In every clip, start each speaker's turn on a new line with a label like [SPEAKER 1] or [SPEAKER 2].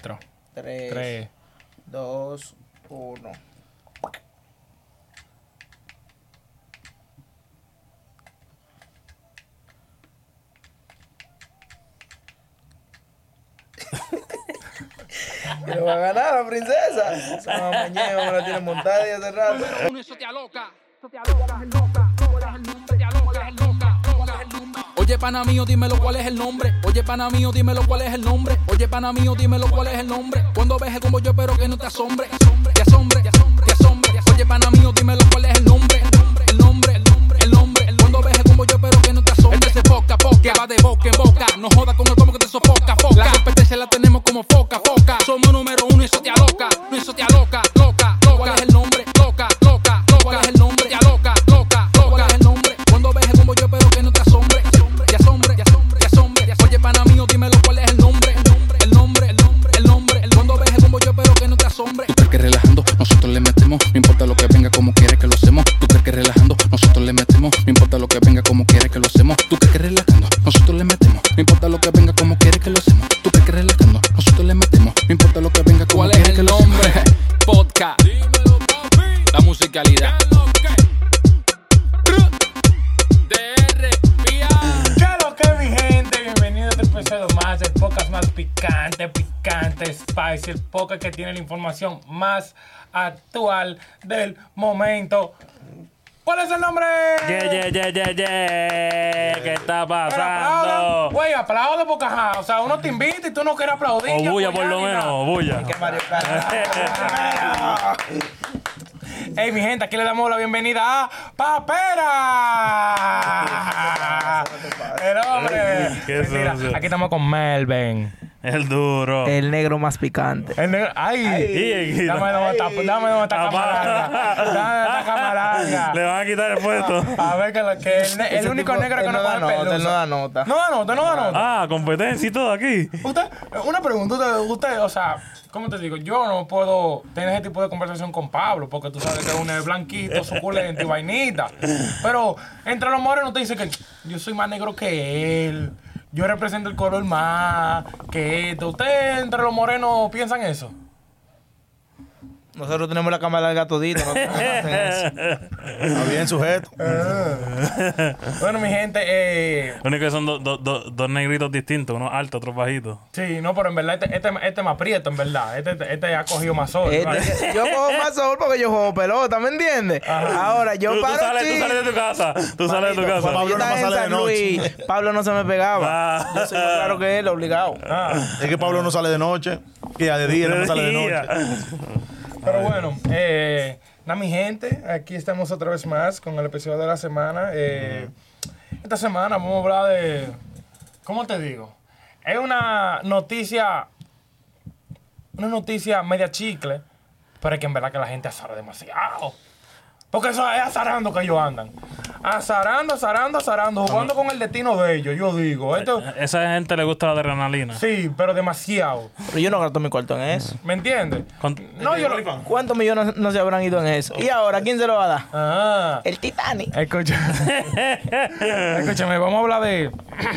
[SPEAKER 1] Tres,
[SPEAKER 2] 3,
[SPEAKER 1] tres.
[SPEAKER 2] 2, 1. Y lo va a ganar la princesa. Esa mamañeva me la tiene montada y hace rato.
[SPEAKER 3] eso te aloca. Oye, pana mío, dímelo cuál es el nombre. Oye, pana mío, dímelo cuál es el nombre. Oye, pana mío, dímelo cuál es el nombre. Cuando ves el combo, yo espero que no te asombre. Te asombre, te asombre, te asombre. Oye, pana mío, dímelo cuál es el nombre. El nombre, el nombre, el nombre. Cuando ves el combo, yo espero que no te asombre. Este se foca, foca, va de boca en boca. No joda con el combo que te sofoca, foca. La competencia la tenemos como foca, foca. Somos número uno y eso te aloca. No eso te aloca, loca, loca. ¿Cuál es el nombre? Loca, loca, loca. ¿Cuál es el nombre? Te aloca, loca, loca. ¿Cuál es el nombre? Cuando ves el combo, yo espero que no te asombre. Te asombre, te asombre, te asombre. Oye, pana mío, dímelo cuál es el nombre. El nombre, el nombre, el nombre. Cuando ves el combo, yo espero que no te asombre.
[SPEAKER 4] Tú crees que relajando, nosotros le metemos. No importa lo que venga, como quiera que lo hacemos. Tú crees que relajando, nosotros le metemos. No importa lo que venga, como quiera que lo hacemos. Tú crees que relajando, nosotros le metemos. No importa lo que venga, como quiera que lo hacemos. Tú crees que relajando, nosotros le metemos. No importa lo que venga, como
[SPEAKER 3] ¿Cuál es
[SPEAKER 4] quiera que
[SPEAKER 3] el
[SPEAKER 4] lo hacemos.
[SPEAKER 3] nombre? Podcast. La musicalidad.
[SPEAKER 5] ¿Qué lo que mi gente? Bienvenidos a otro episodio más del podcast más picante, picante, spicy, el podcast que tiene la información más actual del momento. ¿Cuál es el nombre?
[SPEAKER 6] Ye, ye, ye, ye, ye. ¿Qué está
[SPEAKER 5] Pero aplaudan,
[SPEAKER 6] pasando?
[SPEAKER 5] güey, aplaude porque ajá, o sea, uno te invita y tú no quieres aplaudir.
[SPEAKER 6] O
[SPEAKER 5] ni
[SPEAKER 6] bulla por
[SPEAKER 5] apoyar
[SPEAKER 6] lo
[SPEAKER 5] ni
[SPEAKER 6] menos,
[SPEAKER 5] nada.
[SPEAKER 6] o bulla.
[SPEAKER 2] Que Mario Kart.
[SPEAKER 5] Hey, mi gente, aquí le damos la bienvenida a Papera. El hombre.
[SPEAKER 6] Qué
[SPEAKER 5] Mentira,
[SPEAKER 6] sucio.
[SPEAKER 5] Aquí estamos con Melvin.
[SPEAKER 6] El duro.
[SPEAKER 5] Eh,
[SPEAKER 2] El negro más picante.
[SPEAKER 5] El negro- Ay,
[SPEAKER 6] Y- y-
[SPEAKER 5] dame donde está, dame donde está
[SPEAKER 6] Apa-
[SPEAKER 5] camarada. Dame donde está camarada.
[SPEAKER 6] Le van a quitar el puesto.
[SPEAKER 5] A ver que, lo- que el, ne- el
[SPEAKER 2] Ese
[SPEAKER 5] único
[SPEAKER 2] tipo,
[SPEAKER 5] negro que
[SPEAKER 2] él
[SPEAKER 5] no
[SPEAKER 2] no da
[SPEAKER 5] coge
[SPEAKER 2] nota,
[SPEAKER 5] pelusa.
[SPEAKER 2] él no da nota.
[SPEAKER 5] No da nota, no da nota.
[SPEAKER 6] Ah, competencia y todo aquí.
[SPEAKER 5] Usted, una pregunta, usted, usted, o sea, ¿cómo te digo? Yo no puedo tener ese tipo de conversación con Pablo, porque tú sabes que es un eh, blanquito, suculento y vainita. Pero entre los morenos te dice que yo soy más negro que él, yo represento el color más que esto. ¿Usted entre los morenos piensan eso?
[SPEAKER 2] Nosotros tenemos la cámara larga todita. No no hacen eso.
[SPEAKER 7] Bien sujeto.
[SPEAKER 2] Ah.
[SPEAKER 5] Bueno, mi gente, eh,
[SPEAKER 6] Lo único que son do- do- do- dos negritos distintos, uno alto, otro bajito.
[SPEAKER 5] sí, no, pero en verdad este, este, este más prieto, en verdad. Este, este ha cogido más sol. ¿vale?
[SPEAKER 2] Este, yo juego más sol porque yo juego pelota, ¿me entiendes? Ahora, yo
[SPEAKER 6] Tú, tú
[SPEAKER 2] paro
[SPEAKER 6] sales, tú
[SPEAKER 2] ching.
[SPEAKER 6] sales de tu casa. Tú sales de tu
[SPEAKER 2] Cuando yo
[SPEAKER 6] casa.
[SPEAKER 7] Pablo no
[SPEAKER 2] estaba
[SPEAKER 7] más
[SPEAKER 2] en
[SPEAKER 7] sale de
[SPEAKER 2] San
[SPEAKER 7] noche.
[SPEAKER 2] Luis, Pablo no se me pegaba. Yo soy más
[SPEAKER 6] Ah.
[SPEAKER 2] claro que él, obligado.
[SPEAKER 5] Ah,
[SPEAKER 7] Es que Pablo no sale de noche. Que ya de día no sale de noche.
[SPEAKER 5] pero bueno, eh, nada, mi gente, aquí estamos otra vez más con el episodio de la semana. Eh, Esta semana vamos a hablar de. ¿Cómo te digo? Es una noticia. Una noticia media chicle, pero es que en verdad que la gente azara demasiado. Porque eso es azarando que ellos andan. Azarando, azarando, azarando, jugando con el destino de ellos, yo digo. Esto,
[SPEAKER 6] Esa gente le gusta la adrenalina.
[SPEAKER 5] sí, pero demasiado.
[SPEAKER 2] Pero yo no gasto mi cuarto en eso.
[SPEAKER 5] ¿Me entiendes?
[SPEAKER 6] Con-
[SPEAKER 5] No, yo
[SPEAKER 7] Ah.
[SPEAKER 5] lo.
[SPEAKER 2] ¿Cuántos millones no se habrán ido en eso? ¿Y ahora quién se lo va a dar?
[SPEAKER 5] Ah.
[SPEAKER 2] El Titanic.
[SPEAKER 5] Escúchame. Escúchame, vamos a hablar de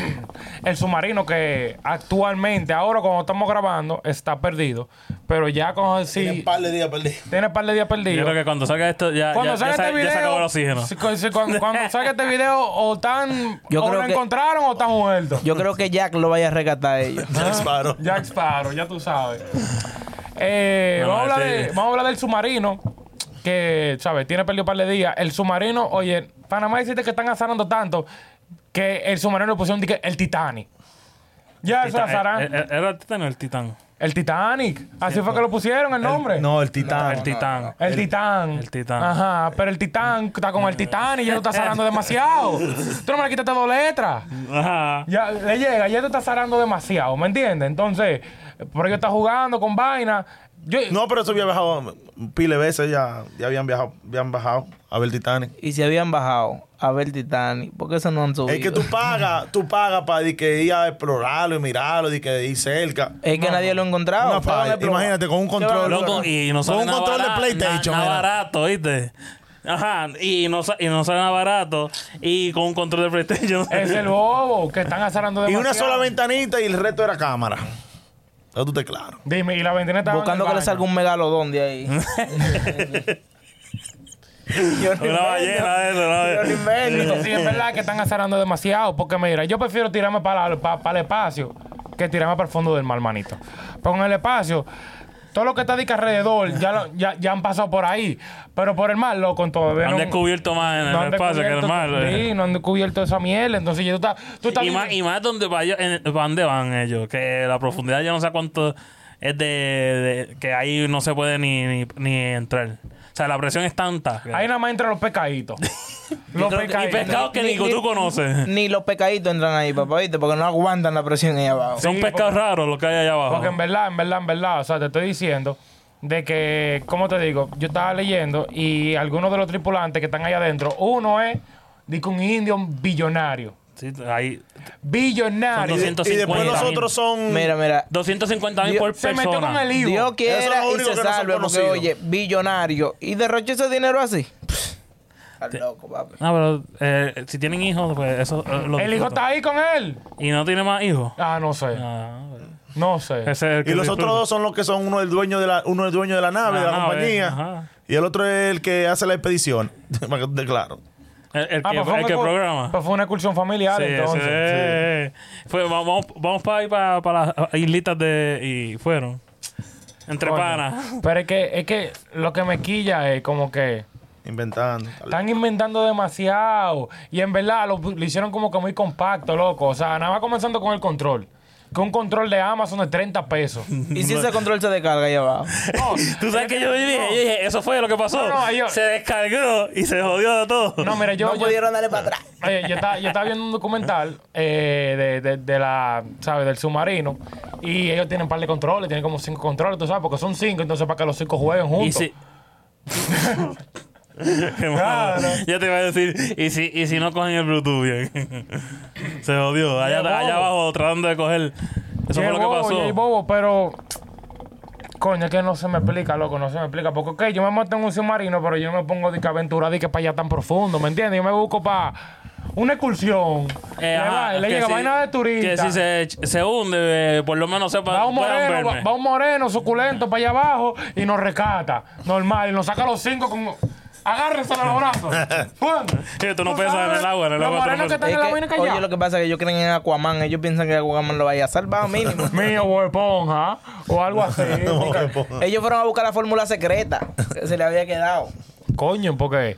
[SPEAKER 5] el submarino que actualmente, ahora cuando estamos grabando, está perdido. Pero ya con sí, tiene,
[SPEAKER 7] de días perdí.
[SPEAKER 5] un par de días
[SPEAKER 6] Yo
[SPEAKER 5] perdido.
[SPEAKER 6] creo que cuando salga esto ya,
[SPEAKER 5] Cuando
[SPEAKER 6] ya,
[SPEAKER 5] salga
[SPEAKER 6] ya
[SPEAKER 5] este
[SPEAKER 6] sa- ya se acabó el
[SPEAKER 5] video,
[SPEAKER 6] oxígeno.
[SPEAKER 5] si- cu- si- cuando, cuando salga este video, o están,
[SPEAKER 2] Yo
[SPEAKER 5] o
[SPEAKER 2] creo
[SPEAKER 5] lo
[SPEAKER 2] que-
[SPEAKER 5] encontraron o están muertos.
[SPEAKER 2] Yo creo que Jack lo vaya a rescatar a ellos.
[SPEAKER 7] Ya disparo.
[SPEAKER 5] Jack Sparrow, ya tú sabes. Eh,
[SPEAKER 6] No,
[SPEAKER 5] vamos, a hablar
[SPEAKER 6] ese-
[SPEAKER 5] de- vamos a hablar del submarino, que, ¿sabes? Tiene perdido un par de días. El submarino, oye, Panamá dice que están azarando tanto que el submarino le pusieron dique, el Titanic. Ya, eso es
[SPEAKER 6] Eh,
[SPEAKER 5] azarán.
[SPEAKER 6] eh, ¿Era el titán o el titán?
[SPEAKER 5] El Titanic. Así fue que lo pusieron el nombre.
[SPEAKER 7] No, el titán.
[SPEAKER 6] El titán.
[SPEAKER 5] El, titán.
[SPEAKER 6] el titán.
[SPEAKER 5] Ajá, pero el titán está con el titán y ya tú estás zarando demasiado. Tú no me le quitaste dos letras.
[SPEAKER 6] Ajá.
[SPEAKER 5] Ya le llega, ya tú estás zarando demasiado, ¿me entiendes? Entonces, por ello está jugando con vaina. Yo,
[SPEAKER 7] No, pero eso había bajado pile veces. Ya, ya habían, viajado, habían bajado a ver Titanic.
[SPEAKER 2] Y si habían bajado a ver Titanic, ¿por qué eso no han subido?
[SPEAKER 7] Es que tú pagas, tú pagas para de que ir a explorarlo y mirarlo, de que ir cerca.
[SPEAKER 2] Es que nadie lo ha encontrado.
[SPEAKER 7] Una
[SPEAKER 2] Estaban
[SPEAKER 7] falla.
[SPEAKER 2] de probar.
[SPEAKER 7] Imagínate, con un
[SPEAKER 2] ¿Qué van a
[SPEAKER 7] control.
[SPEAKER 2] lograr?
[SPEAKER 6] Loco, y no sale
[SPEAKER 7] Con un
[SPEAKER 6] nada
[SPEAKER 7] control de
[SPEAKER 6] bara-
[SPEAKER 7] PlayStation,
[SPEAKER 6] na- nada
[SPEAKER 7] era.
[SPEAKER 6] barato, ¿viste? Ajá, y no, sa- y no sale nada barato. Y con un control de PlayStation.
[SPEAKER 5] Es el bobo que están azarando
[SPEAKER 7] Y
[SPEAKER 5] demasiado.
[SPEAKER 7] una sola ventanita y el resto era cámara. Eso tú te claro.
[SPEAKER 5] Dime, y la ventana estaba.
[SPEAKER 2] Buscando que le salga un megalodón de ahí. Yo ni
[SPEAKER 6] Una ballena de eso, ¿no?
[SPEAKER 2] Yo ni menos.
[SPEAKER 5] Sí, es verdad que están azarando demasiado. Porque mira, yo prefiero tirarme para, la- pa- para el espacio que tirarme para el fondo del mar, manito. Porque en el espacio, todo lo que está de que alrededor ya, lo- ya, ya han pasado por ahí. Pero por el mar, loco, todavía
[SPEAKER 6] Han
[SPEAKER 5] no.
[SPEAKER 6] descubierto más en
[SPEAKER 5] no han
[SPEAKER 6] el espacio que en el mar.
[SPEAKER 5] descubierto-
[SPEAKER 6] eh.
[SPEAKER 5] Sí, no han descubierto esa miel. Entonces, yo está, tú estás.
[SPEAKER 6] y, más, y más donde vaya, en, pa' dónde van ellos, que la profundidad yo no sé cuánto es de, de- que ahí no se puede ni, ni, ni entrar. O sea, la presión es tanta. que-
[SPEAKER 5] Ahí nada más entran los pescaditos.
[SPEAKER 6] Yo
[SPEAKER 5] los
[SPEAKER 6] creo que- y
[SPEAKER 5] pescaditos.
[SPEAKER 6] pescados que
[SPEAKER 2] Ni-
[SPEAKER 6] ni,
[SPEAKER 2] ni-
[SPEAKER 6] tú conoces.
[SPEAKER 2] Ni los pecaditos entran ahí, papá, ¿viste? Porque no aguantan la presión ahí abajo.
[SPEAKER 6] Son
[SPEAKER 5] Sí,
[SPEAKER 6] pescados raros los que hay allá abajo.
[SPEAKER 5] Porque en verdad, en verdad, en verdad, o sea, te estoy diciendo de que, ¿cómo te digo? Yo estaba leyendo y algunos de los tripulantes que están allá adentro, uno es, dice un indio billonario.
[SPEAKER 6] Sí, ahí,
[SPEAKER 5] Billonario.
[SPEAKER 6] Son 200.
[SPEAKER 7] Y después
[SPEAKER 6] 150.000.
[SPEAKER 7] nosotros son.
[SPEAKER 2] Mira, mira.
[SPEAKER 6] 250 mil
[SPEAKER 2] Dios-
[SPEAKER 6] por
[SPEAKER 5] se metió con
[SPEAKER 6] persona.
[SPEAKER 5] el hijo.
[SPEAKER 2] Dios
[SPEAKER 7] es lo
[SPEAKER 2] quiera y se
[SPEAKER 7] único que no son
[SPEAKER 2] salve, porque
[SPEAKER 7] conocidos.
[SPEAKER 2] oye, billonario. ¿Y derroche ese dinero así? Pff, Estás loco, papi.
[SPEAKER 6] No, pero eh, si tienen hijos, pues eso eh, lo
[SPEAKER 5] El hijo
[SPEAKER 6] disfruto.
[SPEAKER 5] está ahí con él.
[SPEAKER 6] ¿Y no tiene más hijos?
[SPEAKER 5] Ah, no sé.
[SPEAKER 6] Ah, bueno.
[SPEAKER 5] No sé.
[SPEAKER 6] Ese es el que
[SPEAKER 7] y los otros
[SPEAKER 6] disfruto.
[SPEAKER 7] dos son los que son uno el dueño de la, uno el dueño de la
[SPEAKER 6] La
[SPEAKER 7] nave, de la
[SPEAKER 6] nave,
[SPEAKER 7] compañía.
[SPEAKER 6] ajá.
[SPEAKER 7] Y el otro es el que hace la expedición. Para que tú te claro.
[SPEAKER 6] El, el
[SPEAKER 5] Ah,
[SPEAKER 6] que, el
[SPEAKER 5] una
[SPEAKER 6] que
[SPEAKER 5] excurs-
[SPEAKER 6] programa.
[SPEAKER 5] pues fue una excursión familiar,
[SPEAKER 6] Sí,
[SPEAKER 5] entonces.
[SPEAKER 6] ese- Fue, vamos, vamos para ahí, para, las islitas de... Y fueron. Entre
[SPEAKER 5] Coño.
[SPEAKER 6] panas.
[SPEAKER 5] Pero es que, es que lo que me quilla es como que
[SPEAKER 7] Inventando. tal.
[SPEAKER 5] están inventando demasiado. Y en verdad lo, lo hicieron como que muy compacto, loco. O sea, nada más comenzando con el control. Que un control de Amazon de 30 pesos.
[SPEAKER 2] ¿Y si ese control se descarga ahí abajo?
[SPEAKER 6] Tú sabes que yo dije, yo dije, eso fue lo que pasó.
[SPEAKER 5] No, no, yo-
[SPEAKER 6] Se descargó y se jodió de todo.
[SPEAKER 5] No, mira, yo,
[SPEAKER 2] No
[SPEAKER 5] yo-
[SPEAKER 2] pudieron darle para atrás.
[SPEAKER 5] Oye, yo, estaba, yo estaba viendo un documental eh, de, de- de la, ¿sabes? Del submarino. Y ellos tienen un par de controles, tienen como cinco controles, tú sabes, porque son cinco, entonces para que los cinco jueguen
[SPEAKER 6] y
[SPEAKER 5] juntos.
[SPEAKER 6] si... Qué malo. Ya te iba a decir, y si, y si no cogen el Bluetooth bien. se jodió. Allá,
[SPEAKER 5] Qué bobo.
[SPEAKER 6] allá abajo tratando de coger. Eso
[SPEAKER 5] Jay
[SPEAKER 6] fue lo que
[SPEAKER 5] Bobo,
[SPEAKER 6] pasó.
[SPEAKER 5] Jay Bobo, pero. Coño, es que no se me explica, loco, no se me explica. Porque, ok, yo me monto en un submarino, pero yo no me pongo de que aventura de que para allá tan profundo, ¿me entiendes? Yo me busco para una excursión.
[SPEAKER 6] Eh,
[SPEAKER 5] le
[SPEAKER 6] ajá,
[SPEAKER 5] va- le
[SPEAKER 6] que
[SPEAKER 5] llega
[SPEAKER 6] si-
[SPEAKER 5] vaina de turista.
[SPEAKER 6] Que si se, se hunde, eh, por lo menos sepa.
[SPEAKER 5] Va un
[SPEAKER 6] puedan
[SPEAKER 5] moreno, va,
[SPEAKER 6] verme.
[SPEAKER 5] va un moreno suculento para allá abajo y nos rescata. Normal, y nos saca los cinco con. Agárrense de los brazos. Juan,
[SPEAKER 6] Sí, esto
[SPEAKER 5] tú
[SPEAKER 6] no pesa en
[SPEAKER 5] sabes,
[SPEAKER 6] el agua, en el
[SPEAKER 5] los
[SPEAKER 6] agua tú no
[SPEAKER 5] morenos que
[SPEAKER 6] pesas.
[SPEAKER 5] están
[SPEAKER 2] Es
[SPEAKER 5] en la
[SPEAKER 2] que,
[SPEAKER 5] vaina que
[SPEAKER 2] oye,
[SPEAKER 5] ya-
[SPEAKER 2] lo que pasa es que ellos creen en Aquaman. Ellos piensan que Aquaman lo vaya a salvar mínimo.
[SPEAKER 5] Mío, o esponja, o algo así. porque-
[SPEAKER 2] ellos fueron a buscar la fórmula secreta que se le había quedado.
[SPEAKER 5] Coño, porque.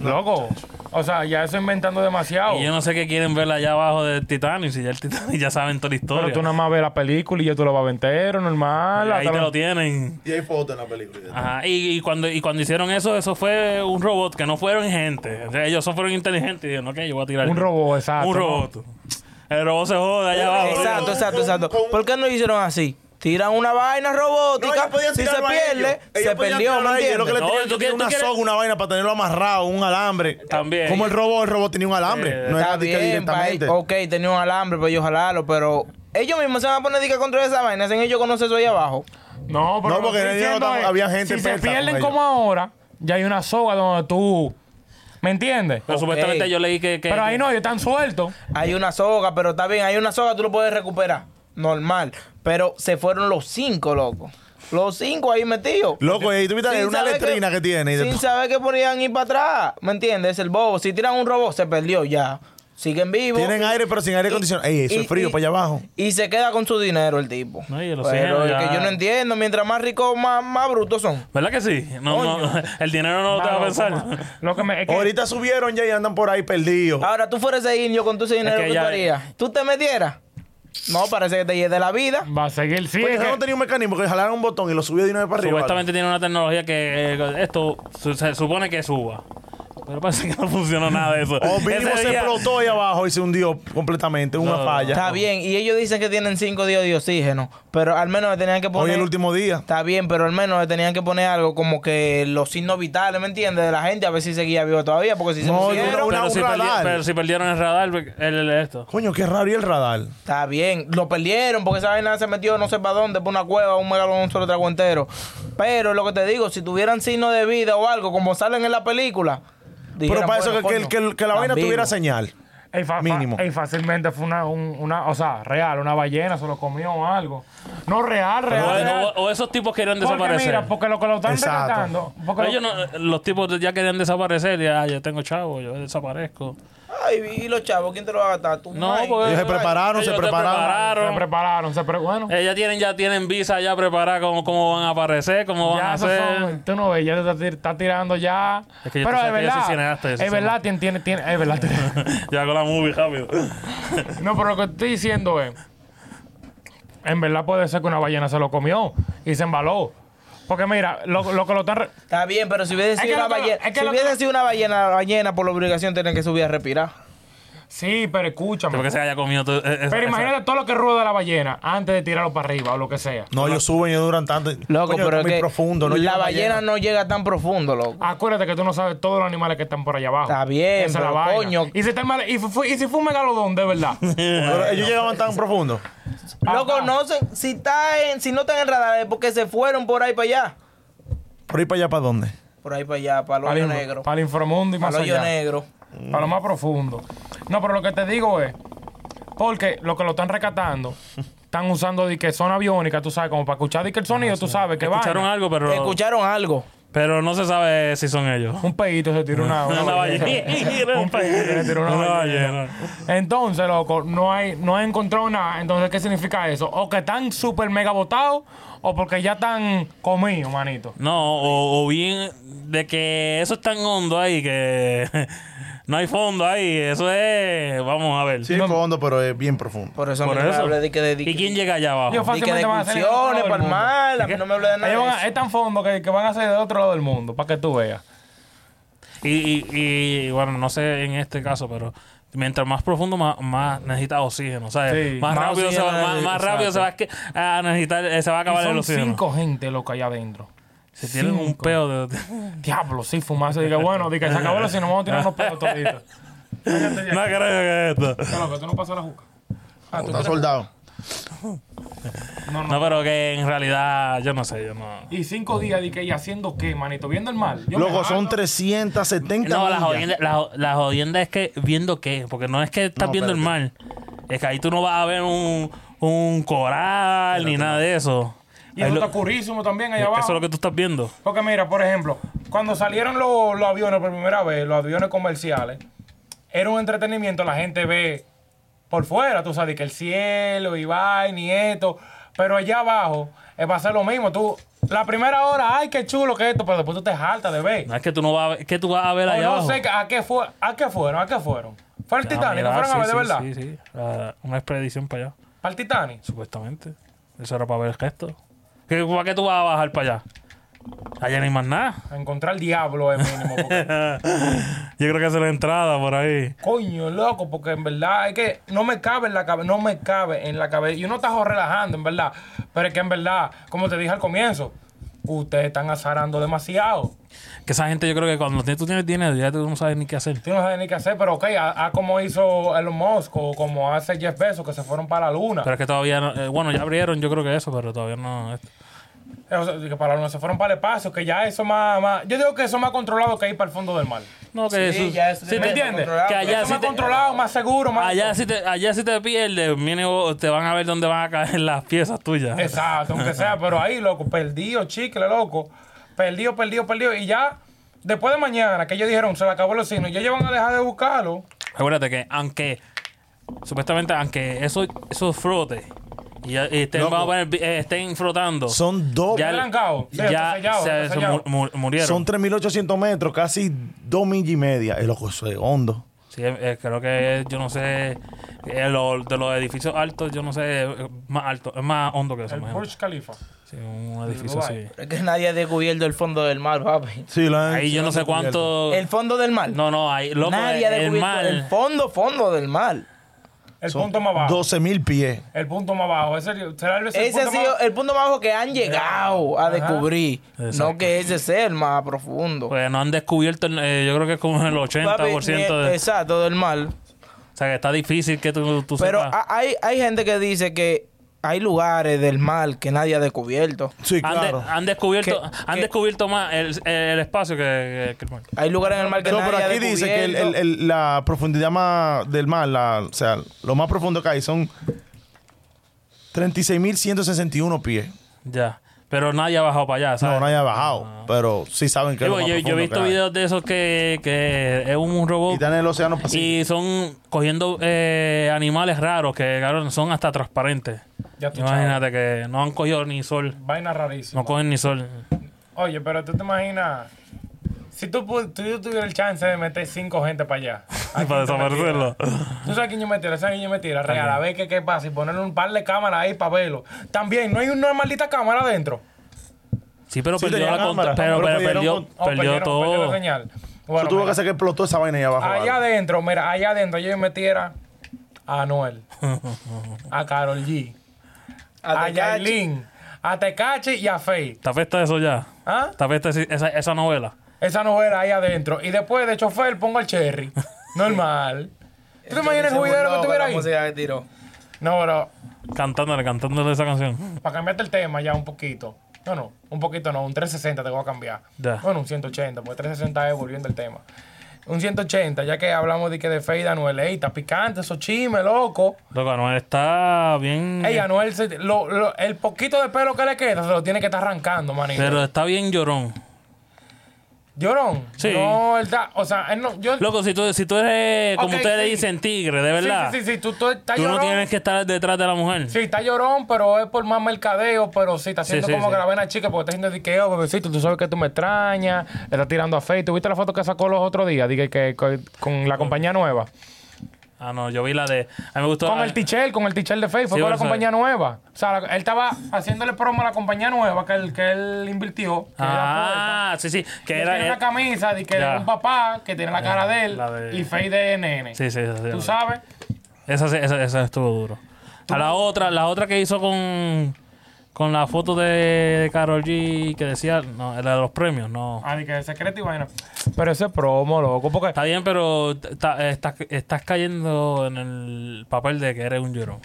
[SPEAKER 5] Loco. O sea, ya eso inventando demasiado.
[SPEAKER 6] Y yo no sé qué quieren ver allá abajo del Titanic. Si ya el Titanic ya saben toda la
[SPEAKER 5] Pero
[SPEAKER 6] historia.
[SPEAKER 5] tú nada más ves la película y ya tú lo vas a ver entero, normal.
[SPEAKER 6] ahí
[SPEAKER 5] hasta
[SPEAKER 6] te
[SPEAKER 5] lo-
[SPEAKER 6] lo tienen.
[SPEAKER 7] Y hay fotos en la
[SPEAKER 2] Ah,
[SPEAKER 7] película.
[SPEAKER 6] Ajá. Y, y cuando, y cuando hicieron eso, eso fue un robot que no fueron gente. O sea, ellos fueron inteligentes y dijeron, ok, yo voy a tirar.
[SPEAKER 5] Un robot, exacto.
[SPEAKER 6] Un robot. El robot se jode allá abajo.
[SPEAKER 2] Exacto, exacto,
[SPEAKER 7] con-
[SPEAKER 2] exacto.
[SPEAKER 7] con-
[SPEAKER 2] ¿Por qué no hicieron así? Tiran una vaina
[SPEAKER 7] No,
[SPEAKER 2] robótica
[SPEAKER 7] ellos podían
[SPEAKER 2] si se
[SPEAKER 7] tirarlo a
[SPEAKER 2] pierde,
[SPEAKER 7] ellos.
[SPEAKER 2] se
[SPEAKER 7] Ellos podían
[SPEAKER 2] perdió,
[SPEAKER 7] tirarlo
[SPEAKER 2] ¿me
[SPEAKER 7] a ellos. Lo que
[SPEAKER 2] entiendes?
[SPEAKER 7] le
[SPEAKER 6] No,
[SPEAKER 7] tenían
[SPEAKER 6] tú quieres-
[SPEAKER 7] que tener una
[SPEAKER 6] tú quieres-
[SPEAKER 7] soga, una vaina para tenerlo amarrado, un alambre.
[SPEAKER 6] También.
[SPEAKER 7] Como el robot, el robot tenía un alambre.
[SPEAKER 6] Eh,
[SPEAKER 7] no
[SPEAKER 2] Está
[SPEAKER 7] era de que
[SPEAKER 2] bien, pa'
[SPEAKER 7] directamente.
[SPEAKER 2] ellos- ok, tenía un alambre para yo jalarlo, pero ellos mismos se van a poner dica contra esa vaina, hacen ellos conocer eso ahí abajo.
[SPEAKER 5] No, pero
[SPEAKER 7] No, porque
[SPEAKER 5] lo que estoy
[SPEAKER 7] ellos no
[SPEAKER 5] diciendo
[SPEAKER 7] estaban-
[SPEAKER 5] es,
[SPEAKER 7] había gente
[SPEAKER 5] Si se
[SPEAKER 7] experta
[SPEAKER 5] pierden
[SPEAKER 7] con ellos.
[SPEAKER 5] como ahora, ya hay una soga donde tú. ¿Me entiendes?
[SPEAKER 6] Pero supuestamente yo leí que. que-
[SPEAKER 5] Pero ahí no, ellos están sueltos.
[SPEAKER 2] Hay una soga, pero está bien, hay una soga, tú lo puedes recuperar. Normal. Pero se fueron los cinco, loco. Los cinco ahí metidos.
[SPEAKER 7] Loco, y tú viste,
[SPEAKER 2] Sin
[SPEAKER 7] era una
[SPEAKER 2] saber
[SPEAKER 7] letrina que, tiene. Y de-
[SPEAKER 2] sin saber que podían ir para atrás. ¿Me entiendes? Es el bobo. Si tiran un robot, se perdió ya. Siguen vivos.
[SPEAKER 7] tienen aire, pero sin aire acondicionado. Ey, eso
[SPEAKER 2] y-
[SPEAKER 7] es frío
[SPEAKER 2] y-
[SPEAKER 7] para allá abajo.
[SPEAKER 2] Y se queda con su dinero el tipo.
[SPEAKER 6] No, y el
[SPEAKER 2] Pero
[SPEAKER 6] oxígeno
[SPEAKER 2] es
[SPEAKER 6] ya-
[SPEAKER 2] que yo no entiendo. Mientras más ricos, más, más brutos son.
[SPEAKER 6] ¿Verdad que sí? No, no, el dinero no lo te va a
[SPEAKER 5] Claro,
[SPEAKER 6] pensar.
[SPEAKER 5] como- Lo que me. es que-
[SPEAKER 7] Ahorita subieron ya y andan por ahí perdidos.
[SPEAKER 2] Ahora, tú fueras ese indio con tu dinero,
[SPEAKER 6] que
[SPEAKER 2] ¿qué tú
[SPEAKER 6] ya-
[SPEAKER 2] harías? ¿Tú te metieras? No, parece que te lleve de la vida.
[SPEAKER 5] Va a seguir, sí.
[SPEAKER 7] Porque
[SPEAKER 5] es que-
[SPEAKER 7] eso Pues no tenía un mecanismo que jalaron un botón y lo subió de una vez para arriba.
[SPEAKER 6] Supuestamente tiene una tecnología que eh, esto su- se supone que suba. Pero parece que no funcionó nada de eso.
[SPEAKER 7] O mínimo
[SPEAKER 6] Ese
[SPEAKER 7] se
[SPEAKER 6] día-
[SPEAKER 7] explotó ahí abajo y se hundió completamente. Una falla.
[SPEAKER 2] Está bien. Y ellos dicen que tienen cinco días de oxígeno. Pero al menos le tenían que poner.
[SPEAKER 7] Hoy es el último día.
[SPEAKER 2] Está bien, pero al menos le tenían que poner algo como que los signos vitales, ¿me entiendes? De la gente, a ver si seguía vivo todavía, porque si se
[SPEAKER 7] No,
[SPEAKER 2] pusieron-
[SPEAKER 7] yo no- una-
[SPEAKER 6] Pero,
[SPEAKER 7] un
[SPEAKER 6] si perdi-
[SPEAKER 7] radar.
[SPEAKER 6] pero si perdieron el radar, el, el- esto.
[SPEAKER 7] Coño, qué raro. Y el radar.
[SPEAKER 2] Está bien, lo perdieron porque esa vaina se metió no sé para dónde, por una cueva, un megalón, un solo trago entero. Pero lo que te digo, si tuvieran signo de vida o algo, como salen en la película.
[SPEAKER 7] Pero para eso que, que- que- que la vaina tuviera señal.
[SPEAKER 5] Ey, fa- fa-
[SPEAKER 7] Mínimo.
[SPEAKER 5] ey, fácilmente fue una, un- una, o sea, real, una ballena, se lo comió o algo. No, real,
[SPEAKER 6] O,
[SPEAKER 5] real. real.
[SPEAKER 6] o- o esos tipos querían
[SPEAKER 5] Porque
[SPEAKER 6] desaparecer.
[SPEAKER 5] mira, porque lo que lo están
[SPEAKER 7] Exacto.
[SPEAKER 5] rescatando. porque
[SPEAKER 6] Pero
[SPEAKER 5] lo-
[SPEAKER 6] ellos no- los tipos ya querían desaparecer. Ya, ah, yo tengo chavo, yo desaparezco.
[SPEAKER 2] Ay, y los chavos, ¿quién te lo va a gastar? ¿Tú,
[SPEAKER 6] No,
[SPEAKER 2] Mike?
[SPEAKER 6] porque.
[SPEAKER 7] Ellos se prepararon,
[SPEAKER 6] ellos
[SPEAKER 7] se
[SPEAKER 6] te
[SPEAKER 7] prepararon.
[SPEAKER 5] Se prepararon, se pre- bueno.
[SPEAKER 6] Ellas tienen, ya tienen visa ya preparada, cómo, cómo van a aparecer, cómo van
[SPEAKER 5] Ya,
[SPEAKER 6] a
[SPEAKER 5] esos
[SPEAKER 6] hacer.
[SPEAKER 5] son- tú no ves, ya te está, tir- está tirando ya.
[SPEAKER 6] Es que yo
[SPEAKER 5] Pero
[SPEAKER 6] pensaba
[SPEAKER 5] es
[SPEAKER 6] que yo soy
[SPEAKER 5] verdad.
[SPEAKER 6] cineasta, yo soy
[SPEAKER 5] es verdad, tiene, tiene, tiene- es verdad. tiene-
[SPEAKER 6] yo hago la movie rápido.
[SPEAKER 5] no, pero lo que estoy diciendo es, en verdad puede ser que una ballena se lo comió y se embaló. Porque mira, lo, lo que lo están... re-
[SPEAKER 2] Está bien, pero si hubiese
[SPEAKER 5] que
[SPEAKER 2] sido
[SPEAKER 5] lo
[SPEAKER 2] una
[SPEAKER 5] que-
[SPEAKER 2] ballena,
[SPEAKER 5] es que
[SPEAKER 2] si
[SPEAKER 5] lo que-
[SPEAKER 2] hubiese sido una ballena, la ballena por la obligación tienen que subir a respirar.
[SPEAKER 5] Sí, pero escúchame.
[SPEAKER 6] Porque se haya comido todo. eh, eh,
[SPEAKER 5] Pero
[SPEAKER 6] esa-
[SPEAKER 5] imagínate todo lo que rueda la ballena antes de tirarlo para arriba o lo que sea.
[SPEAKER 7] No, ellos suben y duran tanto.
[SPEAKER 2] Loco,
[SPEAKER 7] Coño,
[SPEAKER 2] pero es
[SPEAKER 7] muy
[SPEAKER 2] que
[SPEAKER 7] profundo, no
[SPEAKER 2] la
[SPEAKER 7] llega
[SPEAKER 2] ballena no llega tan profundo, loco.
[SPEAKER 5] Acuérdate que tú no sabes todos los animales que están por allá abajo.
[SPEAKER 2] Está bien,
[SPEAKER 5] Esa es la
[SPEAKER 2] pero
[SPEAKER 5] vaina.
[SPEAKER 2] coño.
[SPEAKER 5] Y si, está el mal- y, fue- y si fue un megalodón, de verdad.
[SPEAKER 7] Pero ellos llegaban tan profundo.
[SPEAKER 2] Loco, no se, si está en, si no están en radar es porque se fueron por ahí para allá.
[SPEAKER 7] Por ahí para allá, ¿para dónde?
[SPEAKER 2] Por ahí para allá, para el
[SPEAKER 5] Para
[SPEAKER 2] hoyo
[SPEAKER 5] el-
[SPEAKER 2] negro.
[SPEAKER 5] Para el inframundo y más
[SPEAKER 2] Para el hoyo
[SPEAKER 5] allá.
[SPEAKER 2] negro.
[SPEAKER 5] Para lo más profundo. No, pero lo que te digo es, porque lo que lo están rescatando, están usando de que zona aviónica, tú sabes, como para escuchar de que el sonido, tú sabes que va.
[SPEAKER 6] Ah, Escucharon algo, pero,
[SPEAKER 2] Escucharon algo.
[SPEAKER 6] pero no se sabe si son ellos.
[SPEAKER 5] Un peito se tiró una, una
[SPEAKER 6] Una
[SPEAKER 5] ballena.
[SPEAKER 6] ballena.
[SPEAKER 5] Ah, Un peito se tiró una
[SPEAKER 6] Una
[SPEAKER 5] ballena. Entonces, loco, no hay, no he encontrado nada. Entonces, ¿qué significa eso? O que están súper mega botados, o porque ya están comidos, manito.
[SPEAKER 6] No, o, o bien de que eso es tan hondo ahí que no hay fondo ahí. Eso es. Vamos a ver.
[SPEAKER 7] Sí, profundo, pero es bien profundo.
[SPEAKER 2] Por eso
[SPEAKER 6] Por
[SPEAKER 2] a mí no me
[SPEAKER 6] eso.
[SPEAKER 2] hablé de que de, de,
[SPEAKER 6] ¿Y quién llega allá abajo?
[SPEAKER 5] Yo
[SPEAKER 2] de que de
[SPEAKER 5] fácilmente van a ser el otro lado
[SPEAKER 2] excursiones,
[SPEAKER 5] del
[SPEAKER 2] para el
[SPEAKER 5] mundo.
[SPEAKER 2] mar. A mí no me hablé de
[SPEAKER 5] Ellos van
[SPEAKER 2] nada.
[SPEAKER 5] a-
[SPEAKER 2] de
[SPEAKER 5] es
[SPEAKER 2] eso.
[SPEAKER 5] tan fondo que, que van a ser del otro lado del mundo, para que tú veas.
[SPEAKER 6] Y, y- y, bueno, no sé en este caso, pero mientras más profundo, más, más necesita oxígeno. ¿sabes?
[SPEAKER 5] Sí,
[SPEAKER 6] más,
[SPEAKER 2] más
[SPEAKER 6] rápido, se va,
[SPEAKER 2] oxígeno,
[SPEAKER 6] más, más rápido se va a que- a necesitar, eh, se va a
[SPEAKER 5] Y
[SPEAKER 6] acabar el
[SPEAKER 5] son
[SPEAKER 6] oxígeno.
[SPEAKER 5] cinco gente, loco, allá adentro.
[SPEAKER 6] Se tienen un
[SPEAKER 5] cinco.
[SPEAKER 6] peo de.
[SPEAKER 5] Diablo, sí, fumarse. Diga, bueno, diga, se acabó el oxígeno, vamos a tirar unos pedos toditos.
[SPEAKER 6] no creo que esto.
[SPEAKER 5] Loco, tú no pasas la juca.
[SPEAKER 7] Está soldado.
[SPEAKER 6] No, pero que en realidad, yo no sé, yo no.
[SPEAKER 5] Y cinco días, dije, ¿y haciendo qué, manito? ¿Viendo el mal? Yo
[SPEAKER 7] Loco,
[SPEAKER 5] me
[SPEAKER 7] son
[SPEAKER 5] jalo.
[SPEAKER 7] 370
[SPEAKER 6] No, la
[SPEAKER 7] millas.
[SPEAKER 6] jodienda, la, jo- la jodienda es que viendo qué, porque no es que estás
[SPEAKER 7] No,
[SPEAKER 6] viendo el mar, es que ahí tú no vas a ver un, un coral ni nada de eso.
[SPEAKER 5] Y
[SPEAKER 6] Ahí
[SPEAKER 5] eso
[SPEAKER 6] lo-
[SPEAKER 5] está curísimo también allá
[SPEAKER 6] eso
[SPEAKER 5] abajo.
[SPEAKER 6] es lo que tú estás viendo.
[SPEAKER 5] Porque mira, por ejemplo, cuando salieron los, los aviones por primera vez, los aviones comerciales, era un entretenimiento, la gente ve por fuera, tú sabes, que el cielo y vaina y esto, pero allá abajo eh, va a ser lo mismo, tú, la primera hora, ay, qué chulo que esto, pero después tú te jaltas de ver.
[SPEAKER 6] No es que tú no vas a ver, ¿qué tú vas a ver
[SPEAKER 5] O
[SPEAKER 6] allá
[SPEAKER 5] no
[SPEAKER 6] abajo?
[SPEAKER 5] sé a qué, fue, a qué fueron, a qué fueron. Fue el
[SPEAKER 6] Ah,
[SPEAKER 5] Titanic,
[SPEAKER 6] mira,
[SPEAKER 5] no fueron a ver de verdad.
[SPEAKER 6] sí, sí, sí. Ah, una expedición para allá,
[SPEAKER 5] Para el Titanic.
[SPEAKER 6] supuestamente. Eso era para ver el gesto. ¿Qué, ¿Para qué tú vas a bajar para allá? Allá no hay más nada.
[SPEAKER 5] A encontrar el diablo es mínimo. porque-
[SPEAKER 6] Yo creo que esa es la entrada por ahí.
[SPEAKER 5] coño, loco, porque en verdad es que no me cabe en la cabeza, no me cabe en la cabeza. Y uno está jo- relajando, en verdad. Pero es que en verdad, como te dije al comienzo, ustedes están azarando demasiado.
[SPEAKER 6] Que esa gente, yo creo que cuando tú tienes dinero, ya tú no sabes ni qué hacer.
[SPEAKER 5] Tú no sabes ni qué hacer, pero ok, a, a como hizo Elon Musk o como hace Jeff Bezos, que se fueron para la luna.
[SPEAKER 6] Pero es que todavía no, eh, bueno, ya abrieron, yo creo que eso, pero todavía no.
[SPEAKER 5] Eh, o sea, que para la luna se fueron para el espacio, que ya eso más, más... Yo digo que eso más controlado que ir para el fondo del mar.
[SPEAKER 6] No, que
[SPEAKER 2] Sí,
[SPEAKER 6] eso.
[SPEAKER 2] ya eso
[SPEAKER 6] si
[SPEAKER 2] tiene
[SPEAKER 5] ¿Me
[SPEAKER 6] te-
[SPEAKER 2] que
[SPEAKER 5] entiendes?
[SPEAKER 2] controlar,
[SPEAKER 6] Que allá
[SPEAKER 5] Eso
[SPEAKER 6] sí
[SPEAKER 5] más
[SPEAKER 6] te-
[SPEAKER 5] controlado, más seguro, más...
[SPEAKER 6] Allá si te, allá si te pierdes, viene, o- te van a ver dónde van a caer las piezas tuyas.
[SPEAKER 5] Exacto, aunque sea, pero ahí, loco, perdido, chicle, loco. Perdido, perdido, perdido. Y ya, después de mañana, que ellos dijeron, se le acabó el oxígeno, ya ellos van a dejar de buscarlo.
[SPEAKER 6] Acuérdate que aunque supuestamente aunque eso, esos frotes y, ya- y estén,
[SPEAKER 7] Loco.
[SPEAKER 6] vamos a poner, eh, estén frotando.
[SPEAKER 7] Son dos.
[SPEAKER 6] ya,
[SPEAKER 5] Arrancado. Sí, está
[SPEAKER 6] ya
[SPEAKER 5] sellado,
[SPEAKER 6] se-
[SPEAKER 5] está
[SPEAKER 6] se
[SPEAKER 5] sellado.
[SPEAKER 6] mu- mu- murieron.
[SPEAKER 7] Son 3.800 metros, casi 2 millas y media. El loco, eso es hondo.
[SPEAKER 6] Sí, eh, creo que es, yo no sé, eh, lo- de los edificios altos, yo no sé, eh, más alto, es más hondo que eso.
[SPEAKER 5] El
[SPEAKER 6] me imagino.
[SPEAKER 5] Burj Khalifa.
[SPEAKER 6] Sí, un edificio así.
[SPEAKER 5] Dubái.
[SPEAKER 2] Es que nadie ha descubierto el fondo del mar, papi.
[SPEAKER 7] Sí, la
[SPEAKER 6] Ahí yo no sé cuánto...
[SPEAKER 2] El fondo del mar.
[SPEAKER 6] No, no, ahí, loco, eh,
[SPEAKER 2] nadie ha
[SPEAKER 6] el, el
[SPEAKER 2] descubierto
[SPEAKER 6] mar.
[SPEAKER 2] el fondo, fondo del mar.
[SPEAKER 5] El punto más bajo.
[SPEAKER 7] 12.000 pies.
[SPEAKER 5] El punto más bajo. Ese, será el, ese
[SPEAKER 2] Ese ha
[SPEAKER 5] punto
[SPEAKER 2] sido
[SPEAKER 5] más-
[SPEAKER 2] el punto más bajo que han llegado a descubrir.
[SPEAKER 6] Exacto.
[SPEAKER 2] No que ese sea el más profundo.
[SPEAKER 6] Pues no han descubierto, eh, yo creo que es como el 80%
[SPEAKER 2] Papi, ni-
[SPEAKER 6] de...
[SPEAKER 2] Exacto, del mal.
[SPEAKER 6] O sea, que está difícil que tú, tú
[SPEAKER 2] Pero
[SPEAKER 6] sepas.
[SPEAKER 2] ha- hay, hay gente que dice que hay lugares del mar que nadie ha descubierto.
[SPEAKER 7] Sí,
[SPEAKER 6] Han, de-
[SPEAKER 7] claro.
[SPEAKER 6] han descubierto,
[SPEAKER 2] Que-
[SPEAKER 6] han
[SPEAKER 2] que-
[SPEAKER 6] descubierto más el, el espacio que, que el mar.
[SPEAKER 2] Hay lugares en el mar que
[SPEAKER 7] No,
[SPEAKER 2] nadie
[SPEAKER 7] pero
[SPEAKER 2] ha
[SPEAKER 7] aquí dice que el-
[SPEAKER 2] descubierto.
[SPEAKER 7] el- el- la profundidad más del mar, la- o sea, lo más profundo que hay son 36.161 pies.
[SPEAKER 6] Ya. Pero nadie ha bajado para allá, ¿sabes?
[SPEAKER 7] No, no haya bajado, pero sí saben que es
[SPEAKER 6] Digo,
[SPEAKER 7] lo más
[SPEAKER 6] Ah. yo, yo he
[SPEAKER 7] profundo que
[SPEAKER 6] visto
[SPEAKER 7] hay.
[SPEAKER 6] videos de esos que, que es un, un
[SPEAKER 7] Y
[SPEAKER 6] robot
[SPEAKER 7] están en el océano Pacífico.
[SPEAKER 6] y son cogiendo eh, animales raros que cabrón, son hasta transparentes.
[SPEAKER 5] Ya tú
[SPEAKER 6] Imagínate que no han cogido ni sol.
[SPEAKER 5] Vaina rarísima.
[SPEAKER 6] No cogen ni sol.
[SPEAKER 5] Oye, pero tú te imaginas. Si tú, pu- tú, yo tuviera el chance de meter cinco gente para allá.
[SPEAKER 7] Ah,
[SPEAKER 5] ¿a quién
[SPEAKER 6] para
[SPEAKER 5] tú metieras?
[SPEAKER 6] desaparecerlo.
[SPEAKER 5] Tú sabes quién yo me tira, sabes quién yo me tira. Real, a ver qué, qué pasa y ponerle un par de cámaras ahí para verlo. También, no hay una maldita cámara adentro.
[SPEAKER 6] Sí, pero
[SPEAKER 7] Sí,
[SPEAKER 6] perdió
[SPEAKER 7] tenía
[SPEAKER 6] la contra,
[SPEAKER 7] cámara.
[SPEAKER 6] pero,
[SPEAKER 7] No,
[SPEAKER 6] pero
[SPEAKER 7] pero
[SPEAKER 6] perdió,
[SPEAKER 7] pudieron
[SPEAKER 5] Oh,
[SPEAKER 6] perdió
[SPEAKER 5] perdieron-
[SPEAKER 6] todo.
[SPEAKER 5] perdieron la señal.
[SPEAKER 7] Eso
[SPEAKER 5] Bueno,
[SPEAKER 7] tuvo que
[SPEAKER 5] mira,
[SPEAKER 7] hacer que explotó esa vaina ahí abajo.
[SPEAKER 5] allá
[SPEAKER 7] ¿vale?
[SPEAKER 5] adentro, mira, allá adentro yo me tira a Anuel, a Carol G, a,
[SPEAKER 2] A Tecachi.
[SPEAKER 5] Yailin, a Tecachi y a Faye.
[SPEAKER 6] ¿Te afecta eso ya?
[SPEAKER 5] ¿Ah?
[SPEAKER 6] ¿Te afecta ese- esa, esa novela?
[SPEAKER 5] Esa novela ahí adentro. Y después de chofer pongo el cherry. Normal. ¿Tú te imaginas el
[SPEAKER 2] Se
[SPEAKER 5] juidero que
[SPEAKER 2] burló
[SPEAKER 5] estuviera
[SPEAKER 2] con la
[SPEAKER 5] ahí?
[SPEAKER 2] música que tiró.
[SPEAKER 5] No, pero
[SPEAKER 6] Cantándole, cantándole esa canción.
[SPEAKER 5] para cambiarte el tema ya un poquito. No, no, un poquito no, un 360 te voy a cambiar.
[SPEAKER 6] Ya.
[SPEAKER 5] Bueno, un 180, porque 360 es volviendo al tema. Un 180, ya que hablamos de que de Fey y de Anuel, ey, está picante, esos chimes, loco.
[SPEAKER 6] Loco, Anuel está bien.
[SPEAKER 5] Ey, Anuel, se- lo- lo- el poquito de pelo que le queda se lo tiene que estar arrancando, manito.
[SPEAKER 6] pero está bien llorón.
[SPEAKER 5] Llorón.
[SPEAKER 6] Sí.
[SPEAKER 5] No, él da- o sea, él no, yo...
[SPEAKER 6] Loco, si tú, si tú eres, como
[SPEAKER 5] Ok,
[SPEAKER 6] ustedes le
[SPEAKER 5] sí.
[SPEAKER 6] dicen, tigre, de
[SPEAKER 5] Sí,
[SPEAKER 6] verdad.
[SPEAKER 5] Sí, sí, sí, tú, tú estás
[SPEAKER 6] Tú no
[SPEAKER 5] llorón.
[SPEAKER 6] tienes que estar detrás de la mujer.
[SPEAKER 5] Sí, está llorón, pero es por más mercadeo, pero sí, está haciendo
[SPEAKER 6] sí,
[SPEAKER 5] como
[SPEAKER 6] sí.
[SPEAKER 5] que la vena chica, porque está haciendo de que, oh, bebecito, tú sabes que tú me extrañas, le está tirando a Facebook. ¿Viste la foto que sacó los otros días? Dije que, que- con la compañía nueva.
[SPEAKER 6] Ah, no, yo vi la de. A mí me gustó.
[SPEAKER 5] Con
[SPEAKER 6] ah,
[SPEAKER 5] el tichel, con el tichel de Facebook,
[SPEAKER 6] Sí,
[SPEAKER 5] con la
[SPEAKER 6] por eso.
[SPEAKER 5] compañía nueva. O sea, la- él estaba haciéndole promo a la compañía nueva que él, que él invirtió. Que era
[SPEAKER 6] Ah, sí, sí.
[SPEAKER 5] Puerta.
[SPEAKER 6] Que era.
[SPEAKER 5] Y tiene una
[SPEAKER 6] era-
[SPEAKER 5] camisa de que
[SPEAKER 6] Ya.
[SPEAKER 5] de un papá que tiene la cara de él
[SPEAKER 6] la de-
[SPEAKER 5] y Face de NN.
[SPEAKER 6] Sí, sí, esa, sí,
[SPEAKER 5] Tú sabes.
[SPEAKER 6] esa, sí, esa, esa estuvo duro. A la otra, la otra que hizo con. Con la foto de Carol G que decía. No, la de los premios, no.
[SPEAKER 5] Ah, de que secreto y vaina. Pero ese promo, loco, porque
[SPEAKER 6] Está bien, pero t- ta- estás, estás cayendo en el papel de que eres un llorón.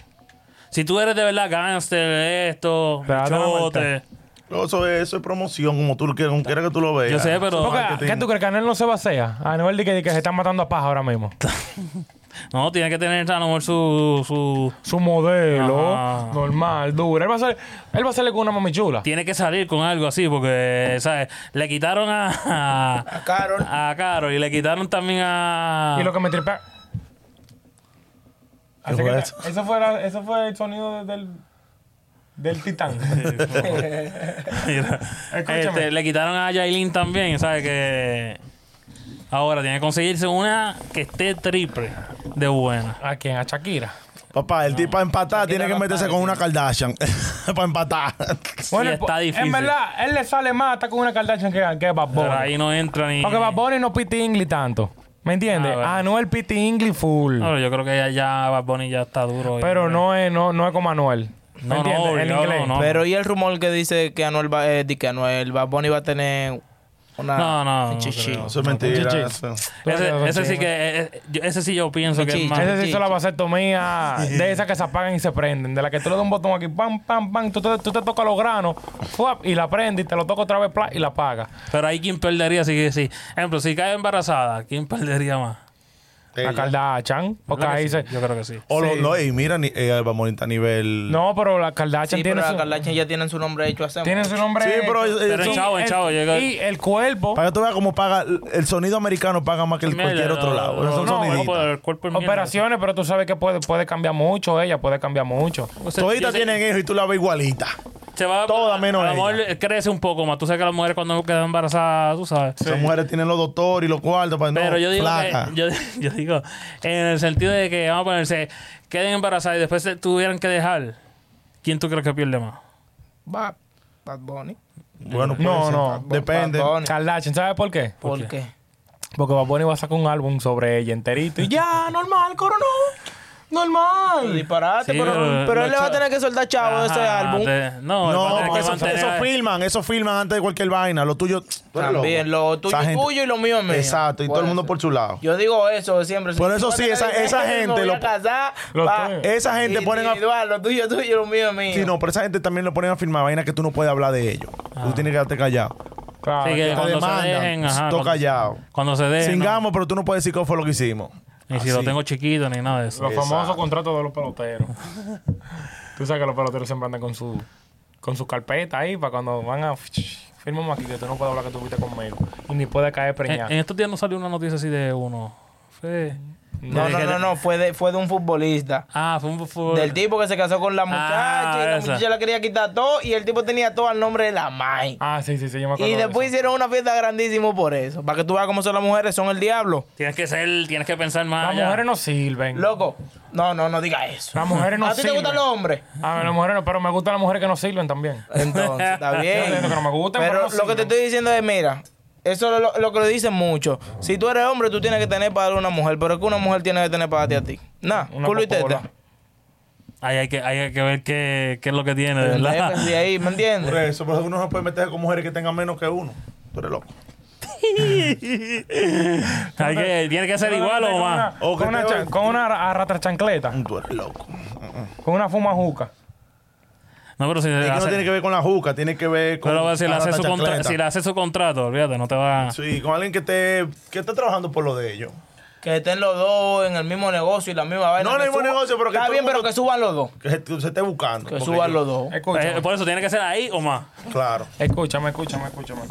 [SPEAKER 6] Si tú eres de verdad gánster, esto,
[SPEAKER 5] Te vas a dar la
[SPEAKER 6] chote.
[SPEAKER 7] Luego Eso es, eso es promoción, como tú lo quieras, como quiera que tú lo veas.
[SPEAKER 6] Yo sé, pero.
[SPEAKER 5] Porque, ¿Qué tú crees? ¿Que Anuel no se vacía? A Anuel de que, de que se están matando a paja ahora mismo.
[SPEAKER 6] No, tiene que tener a lo mejor su, su.
[SPEAKER 5] Su modelo,
[SPEAKER 6] Ajá.
[SPEAKER 5] normal, dura. Él va a salir, él va a salir con una mami chula.
[SPEAKER 6] Tiene que salir con algo así, porque, ¿sabes? Le quitaron a.
[SPEAKER 2] A
[SPEAKER 6] A,
[SPEAKER 2] Carol.
[SPEAKER 6] a Carol y le quitaron también a.
[SPEAKER 5] Y lo que me tripea... Así
[SPEAKER 7] fue
[SPEAKER 5] que-
[SPEAKER 7] eso?
[SPEAKER 5] eso, fue la- eso fue el sonido de- del, del titán.
[SPEAKER 6] Mira,
[SPEAKER 5] Escúchame.
[SPEAKER 6] este, le quitaron a Yailin también, ¿sabes? Que. Ahora tiene que conseguirse una que esté triple de buena.
[SPEAKER 5] ¿A quién? ¿A Shakira?
[SPEAKER 7] Papá, el tipo para empatar tiene que meterse con una Kardashian. para empatar.
[SPEAKER 6] Sí, está
[SPEAKER 5] en-
[SPEAKER 6] difícil.
[SPEAKER 5] En verdad, él le sale más hasta con una Kardashian que, que Bad Bunny.
[SPEAKER 6] Pero ahí no entra ni.
[SPEAKER 5] Porque Bad Bunny no piti English tanto. ¿Me entiendes?
[SPEAKER 6] Ah, bueno. Ah,
[SPEAKER 5] Anuel piti English full.
[SPEAKER 6] No, yo creo que ya, ya Bad Bunny ya está duro. hoy,
[SPEAKER 5] pero
[SPEAKER 6] hombre.
[SPEAKER 5] no es, no, no es como Anuel.
[SPEAKER 6] No, no,
[SPEAKER 5] ¿Me entiendes? en
[SPEAKER 6] obligado,
[SPEAKER 5] inglés.
[SPEAKER 6] no.
[SPEAKER 2] Pero y el rumor que dice que Anuel va, eh, di que Anuel Bad Bunny va a tener una
[SPEAKER 6] No, no,
[SPEAKER 2] un
[SPEAKER 6] no
[SPEAKER 2] chichi.
[SPEAKER 6] creo.
[SPEAKER 7] Eso es mentira. eso.
[SPEAKER 6] Ese, ese sí que. eh, yo- Ese sí yo pienso que es
[SPEAKER 2] Chichi.
[SPEAKER 6] más.
[SPEAKER 5] Ese
[SPEAKER 2] Ah, Sí,
[SPEAKER 5] sí hizo la
[SPEAKER 2] sí.
[SPEAKER 5] vasectomía de esas que se apagan y se prenden. De la que tú le das un botón aquí, pam, pam, pam. Tú te, tú te tocas los granos fuap, y la prendes y te lo tocas otra vez pla, y la apagas.
[SPEAKER 6] Pero ahí quien perdería, sí que sí. Ejemplo, si cae embarazada, ¿quién perdería más?
[SPEAKER 5] La Kardashian. Porque
[SPEAKER 6] ¿Verdad que
[SPEAKER 5] ahí
[SPEAKER 6] sí?
[SPEAKER 5] se.
[SPEAKER 6] Yo creo que sí.
[SPEAKER 7] O lo-
[SPEAKER 5] Sí.
[SPEAKER 7] no, y mira, ni, eh, vamos ahorita a nivel.
[SPEAKER 5] No, pero la Kardashian
[SPEAKER 2] Sí, pero
[SPEAKER 5] tiene,
[SPEAKER 2] las
[SPEAKER 5] su,
[SPEAKER 2] Kardashian ya tienen su nombre hecho hace
[SPEAKER 5] tiene su nombre.
[SPEAKER 7] Sí, pero. eh,
[SPEAKER 6] Pero
[SPEAKER 7] son-
[SPEAKER 6] en chavo, en chavo. llega-
[SPEAKER 5] Y el cuerpo.
[SPEAKER 7] para que tú veas cómo paga. El sonido americano paga más que el
[SPEAKER 6] Mira,
[SPEAKER 7] cualquier
[SPEAKER 6] lo-
[SPEAKER 7] otro lado.
[SPEAKER 6] lo-
[SPEAKER 7] Esos son
[SPEAKER 6] no,
[SPEAKER 7] soniditos.
[SPEAKER 6] por el cuerpo es mierda.
[SPEAKER 5] Operaciones, pero tú sabes que puede, puede cambiar mucho ella, puede cambiar mucho.
[SPEAKER 6] O sea, yo
[SPEAKER 7] Toditas
[SPEAKER 6] sé-
[SPEAKER 7] tienen hijos y tú la ves igualita.
[SPEAKER 6] Se va
[SPEAKER 7] todas menos
[SPEAKER 6] A lo mejor
[SPEAKER 7] ella.
[SPEAKER 6] crece un poco más. Tú sabes que las mujeres cuando quedan embarazadas, tú sabes.
[SPEAKER 7] Esas mujeres tienen los doctores y los cuartos. Para, no,
[SPEAKER 6] Pero yo digo,
[SPEAKER 7] flaca.
[SPEAKER 6] que, yo, yo digo, en el sentido de que, vamos a ponerse, queden embarazadas y después se tuvieran que dejar, ¿quién tú crees que pierde más?
[SPEAKER 2] Bad, Bad Bunny.
[SPEAKER 7] Bueno, puede
[SPEAKER 5] No,
[SPEAKER 7] ser.
[SPEAKER 5] no.
[SPEAKER 7] Depende.
[SPEAKER 2] Bad Bunny.
[SPEAKER 5] Kardashian, ¿sabes por qué?
[SPEAKER 2] ¿Por qué?
[SPEAKER 5] Porque Bad Bunny va a sacar un álbum sobre ella enterito y ya, normal, coronó. Normal.
[SPEAKER 2] Disparate,
[SPEAKER 6] Sí,
[SPEAKER 2] pero,
[SPEAKER 6] pero-
[SPEAKER 2] pero él
[SPEAKER 6] no
[SPEAKER 2] le va a
[SPEAKER 6] cho-
[SPEAKER 2] tener que soltar chavo de ese
[SPEAKER 6] Ajá,
[SPEAKER 2] álbum.
[SPEAKER 6] te- no,
[SPEAKER 7] No,
[SPEAKER 6] no
[SPEAKER 7] porque eso, eso filman, eso filman antes de cualquier vaina. Lo tuyo. tú eres
[SPEAKER 2] También,
[SPEAKER 7] loco.
[SPEAKER 2] lo tuyo
[SPEAKER 7] Esa
[SPEAKER 2] es
[SPEAKER 7] gente-
[SPEAKER 2] tuyo y lo mío es mío.
[SPEAKER 7] Exacto, y todo el mundo por su lado.
[SPEAKER 2] Yo digo eso siempre.
[SPEAKER 7] Por
[SPEAKER 2] Si
[SPEAKER 7] eso
[SPEAKER 2] tú
[SPEAKER 7] sí,
[SPEAKER 2] vas a
[SPEAKER 7] esa-
[SPEAKER 2] tener
[SPEAKER 7] esa
[SPEAKER 2] dinero,
[SPEAKER 7] gente
[SPEAKER 2] me voy
[SPEAKER 7] lo-
[SPEAKER 2] a casar,
[SPEAKER 5] Lo
[SPEAKER 2] pa-
[SPEAKER 5] tuyo.
[SPEAKER 7] Esa gente ponen a-
[SPEAKER 2] individual, Lo tuyo es tuyo y lo mío es mío.
[SPEAKER 7] Sí, no, pero esa gente también lo ponen a filmar vaina que tú no puedes hablar de ellos. Tú tienes que quedarte callado.
[SPEAKER 5] Claro.
[SPEAKER 6] Sí, que
[SPEAKER 7] Te
[SPEAKER 6] cuando Ah. se
[SPEAKER 7] demandan,
[SPEAKER 6] dejen, ajá,
[SPEAKER 7] todo
[SPEAKER 6] cuando-
[SPEAKER 7] callado.
[SPEAKER 6] Cuando se dejen. Eh, no.
[SPEAKER 7] Singamos, pero tú no puedes decir qué fue lo que hicimos.
[SPEAKER 6] Ni si
[SPEAKER 7] Así.
[SPEAKER 6] lo tengo chiquito ni nada de eso.
[SPEAKER 5] Los famosos contratos de los peloteros. Tú sabes que los peloteros siempre andan con su, con su carpeta ahí para cuando van a. Firmamos aquí que tú no puedes hablar que tú fuiste conmigo. Y ni puedes caer
[SPEAKER 6] En,
[SPEAKER 5] preñado.
[SPEAKER 6] en estos días no salió una noticia así de uno. Fue-
[SPEAKER 2] No, no, no, no, fue de, fue de un futbolista.
[SPEAKER 6] Ah, fue un fue-
[SPEAKER 2] Del tipo que se casó
[SPEAKER 5] Ah,
[SPEAKER 2] con la muchacha y la
[SPEAKER 6] esa.
[SPEAKER 2] muchacha la quería quitar todo y el tipo tenía todo al nombre de la Mai.
[SPEAKER 5] Ah, sí, sí, sí, yo me acuerdo.
[SPEAKER 2] y
[SPEAKER 5] de
[SPEAKER 2] después
[SPEAKER 5] eso.
[SPEAKER 2] hicieron una fiesta grandísima por eso. Para que tú veas cómo son las mujeres, son el diablo.
[SPEAKER 6] Tienes que ser, tienes que pensar más.
[SPEAKER 5] Las
[SPEAKER 6] allá.
[SPEAKER 5] mujeres no sirven.
[SPEAKER 2] Loco, no, no, no diga eso.
[SPEAKER 5] Las mujeres no
[SPEAKER 2] ¿A ti te
[SPEAKER 5] sirven.
[SPEAKER 2] gustan los hombres?
[SPEAKER 5] A ver, las mujeres no, pero me gustan las mujeres que no sirven también.
[SPEAKER 2] Entonces, está bien.
[SPEAKER 5] entiendo que no me gusten,
[SPEAKER 2] pero
[SPEAKER 5] pero no
[SPEAKER 2] lo que
[SPEAKER 5] sirven.
[SPEAKER 2] te estoy diciendo es, mira, eso es lo, lo que le dicen mucho. Si tú eres hombre, tú tienes que tener para darle a una mujer, pero es que una mujer tiene que tener para darte a ti. Nah,
[SPEAKER 5] Una
[SPEAKER 2] culo y teta.
[SPEAKER 5] popola.
[SPEAKER 6] Ahí hay que, ahí hay que ver qué, qué es lo que tiene, de ¿verdad?
[SPEAKER 2] Déjense pues, ahí, ¿me
[SPEAKER 7] Por
[SPEAKER 2] entiendes?
[SPEAKER 7] eso, pero uno no puede meterse con mujeres que tengan menos que uno. Tú eres loco.
[SPEAKER 6] Hay que, tiene que ser igual o
[SPEAKER 5] Con
[SPEAKER 6] más.
[SPEAKER 5] una-
[SPEAKER 7] O que
[SPEAKER 5] Con una,
[SPEAKER 7] te-
[SPEAKER 5] cha- con una ra- arrastra chancleta.
[SPEAKER 7] Tú eres loco.
[SPEAKER 5] Con una fumajuca.
[SPEAKER 6] No, pero si
[SPEAKER 7] Es que no
[SPEAKER 6] hace-
[SPEAKER 7] tiene que ver con la juca, tiene que ver con.
[SPEAKER 6] pero si le hace
[SPEAKER 7] la
[SPEAKER 6] su contra-
[SPEAKER 7] chancleta.
[SPEAKER 6] si le hace su contrato, olvídate, no te va. Eh,
[SPEAKER 7] Sí, con alguien que esté, que esté trabajando por lo de ellos.
[SPEAKER 2] Que estén los dos en el mismo negocio y la misma vaina.
[SPEAKER 7] No en
[SPEAKER 2] que
[SPEAKER 7] el mismo
[SPEAKER 2] suba-
[SPEAKER 7] negocio, pero que
[SPEAKER 2] Está
[SPEAKER 7] todo
[SPEAKER 2] bien,
[SPEAKER 7] el
[SPEAKER 2] pero
[SPEAKER 7] mundo-
[SPEAKER 2] que suban los dos.
[SPEAKER 7] Que se, se esté buscando.
[SPEAKER 2] Que
[SPEAKER 7] porque
[SPEAKER 2] suban
[SPEAKER 7] yo-
[SPEAKER 2] los dos.
[SPEAKER 5] Escúchame.
[SPEAKER 6] Eh, por eso tiene que ser ahí o más.
[SPEAKER 7] Claro.
[SPEAKER 5] Escúchame, escúchame, escúchame.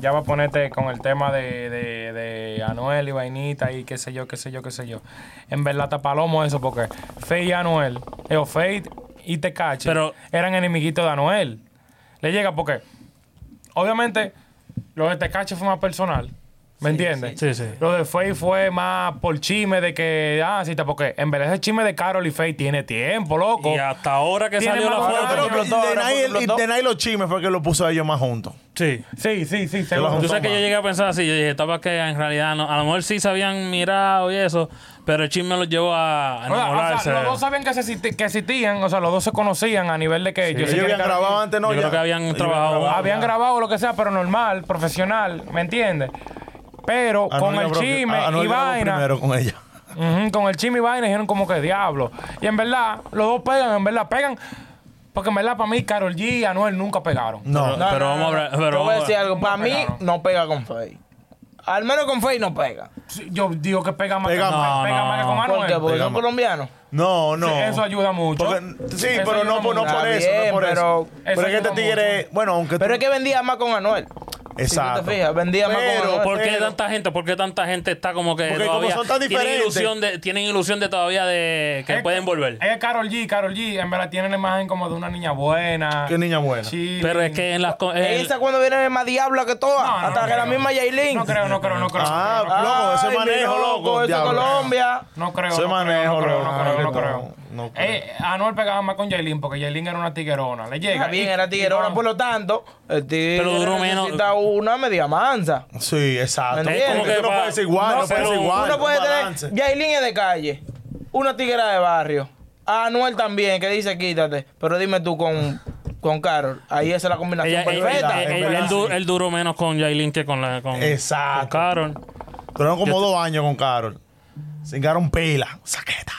[SPEAKER 5] Ya va a ponerte con el tema de, de, de Anuel y vainita y qué sé yo, qué sé yo, qué sé yo. En verdad está palomo eso porque Fate y Anuel, eh, o Fate y Tecache
[SPEAKER 6] Pero-
[SPEAKER 5] eran enemiguitos de Anuel. Le llega porque, obviamente, lo de Tecache fue más personal. ¿Me entiendes?
[SPEAKER 6] sí, sí. Sí, sí.
[SPEAKER 5] Lo de Fate fue más por chisme de que, ah, sí, está porque en verdad ese chisme de Carol y Fate tiene tiempo, loco.
[SPEAKER 7] Oh.
[SPEAKER 6] Y hasta ahora que
[SPEAKER 5] Tiene
[SPEAKER 6] salió la
[SPEAKER 5] más
[SPEAKER 6] foto.
[SPEAKER 5] valor.
[SPEAKER 7] Pero
[SPEAKER 5] porque
[SPEAKER 7] y
[SPEAKER 5] todo,
[SPEAKER 7] de
[SPEAKER 5] ahora
[SPEAKER 7] Nai-
[SPEAKER 5] porque
[SPEAKER 7] y
[SPEAKER 5] los
[SPEAKER 7] de Nai los chismes fue que lo puso a ellos más juntos.
[SPEAKER 6] Sí.
[SPEAKER 5] Sí, sí, sí, se
[SPEAKER 7] lo
[SPEAKER 5] lo-
[SPEAKER 6] Tú sabes que yo llegué a pensar así, yo dije, estaba que en realidad no, a lo mejor sí se habían mirado y eso, pero el chisme los llevó a
[SPEAKER 5] O
[SPEAKER 7] Ah,
[SPEAKER 5] sea, o sea,
[SPEAKER 6] enamorarse.
[SPEAKER 5] los dos sabían que, se existi- que existían, o sea, los dos se conocían a nivel de que yo sé
[SPEAKER 7] ellos
[SPEAKER 5] que
[SPEAKER 7] habían
[SPEAKER 5] Ricardo-
[SPEAKER 7] grabado antes, ¿no?
[SPEAKER 6] yo creo
[SPEAKER 7] Ya.
[SPEAKER 6] que habían
[SPEAKER 7] Ellos
[SPEAKER 6] trabajado.
[SPEAKER 5] habían grabado lo que sea, pero normal, profesional, ¿me entiendes? Pero
[SPEAKER 7] Anuel
[SPEAKER 5] con el
[SPEAKER 7] grabó-
[SPEAKER 5] chisme
[SPEAKER 7] a- Anuel
[SPEAKER 5] y
[SPEAKER 7] grabó
[SPEAKER 5] vaina,
[SPEAKER 7] primero con ella.
[SPEAKER 5] ujú, con el chisme y vaina dijeron como que diablo. Y en verdad, los dos pegan, en verdad pegan, porque en verdad para mí Carol G y Anuel nunca pegaron.
[SPEAKER 7] No.
[SPEAKER 6] No, pero vamos a hablar- pero
[SPEAKER 2] Te voy
[SPEAKER 6] vamos
[SPEAKER 2] a
[SPEAKER 6] a-
[SPEAKER 2] decir algo. Para mí,
[SPEAKER 5] pegaron.
[SPEAKER 2] no pega con Faye. Al menos con Faye no pega.
[SPEAKER 5] Sí, Yo digo que pega más,
[SPEAKER 7] Pega
[SPEAKER 5] que,
[SPEAKER 7] más.
[SPEAKER 5] pega
[SPEAKER 6] No,
[SPEAKER 5] más que
[SPEAKER 6] no.
[SPEAKER 5] con
[SPEAKER 2] ¿Por qué?
[SPEAKER 5] Anuel.
[SPEAKER 2] Porque son
[SPEAKER 7] Digamos.
[SPEAKER 2] colombianos.
[SPEAKER 7] No, no.
[SPEAKER 5] Sí, eso ayuda mucho.
[SPEAKER 7] Porque- sí,
[SPEAKER 5] Eso
[SPEAKER 7] pero
[SPEAKER 5] ayuda
[SPEAKER 7] no, por- no
[SPEAKER 5] mucho.
[SPEAKER 7] por
[SPEAKER 2] Está
[SPEAKER 7] eso, no
[SPEAKER 2] bien,
[SPEAKER 7] por
[SPEAKER 2] pero-
[SPEAKER 7] eso. Pero es que
[SPEAKER 5] ayuda
[SPEAKER 7] este tigre, bueno, aunque
[SPEAKER 2] Pero
[SPEAKER 7] tú-
[SPEAKER 2] es que vendía más con Anuel. Si
[SPEAKER 7] Exacto.
[SPEAKER 2] tú te fijas, vendía más con
[SPEAKER 7] Pero-
[SPEAKER 2] Anuel.
[SPEAKER 6] ¿Por qué
[SPEAKER 7] Pero-
[SPEAKER 6] tanta gente? ¿Por qué tanta gente está como que
[SPEAKER 7] Porque como
[SPEAKER 6] todavía
[SPEAKER 7] son tan
[SPEAKER 6] tienen
[SPEAKER 7] diferentes.
[SPEAKER 6] ilusión de tienen ilusión de todavía de que
[SPEAKER 5] Es-
[SPEAKER 6] pueden volver?
[SPEAKER 5] Es Carol G, Carol G, en verdad tiene la imagen como de una niña buena.
[SPEAKER 7] Qué niña buena.
[SPEAKER 5] Sí.
[SPEAKER 6] Pero es que en las co- el-
[SPEAKER 2] Esa cuando viene es más diabla que todas.
[SPEAKER 5] No, no,
[SPEAKER 2] hasta
[SPEAKER 5] no
[SPEAKER 2] que la
[SPEAKER 5] creo.
[SPEAKER 2] misma Yailin.
[SPEAKER 5] No creo, no creo, no creo.
[SPEAKER 7] Ah,
[SPEAKER 5] no creo.
[SPEAKER 7] loco, ese
[SPEAKER 2] Ay, mi
[SPEAKER 7] manejo, loco.
[SPEAKER 2] Eso
[SPEAKER 7] diablo.
[SPEAKER 2] Colombia.
[SPEAKER 5] No creo,
[SPEAKER 7] Ese
[SPEAKER 5] no creo,
[SPEAKER 7] manejo,
[SPEAKER 5] no creo,
[SPEAKER 7] loco,
[SPEAKER 5] no creo, no
[SPEAKER 7] no,
[SPEAKER 5] creo.
[SPEAKER 7] no creo.
[SPEAKER 5] Eh, Anuel pegaba más con Yailin porque Yailin era una tiguerona. Le llega.
[SPEAKER 2] Está bien,
[SPEAKER 5] y-
[SPEAKER 2] era
[SPEAKER 5] y
[SPEAKER 2] tiguerona,
[SPEAKER 5] no-
[SPEAKER 2] por lo tanto, el tigre
[SPEAKER 6] Pero duró menos.
[SPEAKER 2] necesita una media mansa.
[SPEAKER 7] Sí, exacto.
[SPEAKER 2] ¿Me
[SPEAKER 7] Es como
[SPEAKER 2] entiendes?
[SPEAKER 7] que no
[SPEAKER 6] Pa-
[SPEAKER 7] puede ser igual,
[SPEAKER 6] no,
[SPEAKER 7] no, puede
[SPEAKER 6] pero
[SPEAKER 7] ser igual.
[SPEAKER 2] Uno
[SPEAKER 7] un
[SPEAKER 2] puede
[SPEAKER 7] balance.
[SPEAKER 2] tener, Yailin es de calle, una tiguera de barrio, a Anuel también, que dice quítate, pero dime tú con, con Carol, ahí esa es la combinación
[SPEAKER 6] ella- ella-
[SPEAKER 2] perfecta.
[SPEAKER 6] ella-
[SPEAKER 7] es
[SPEAKER 6] ella-
[SPEAKER 7] verdad,
[SPEAKER 6] él, du- él duró menos con Yailin que con la con,
[SPEAKER 7] Exacto.
[SPEAKER 6] con Karol.
[SPEAKER 7] Duraron como dos años con Carol. Cingaron pila, saqueta.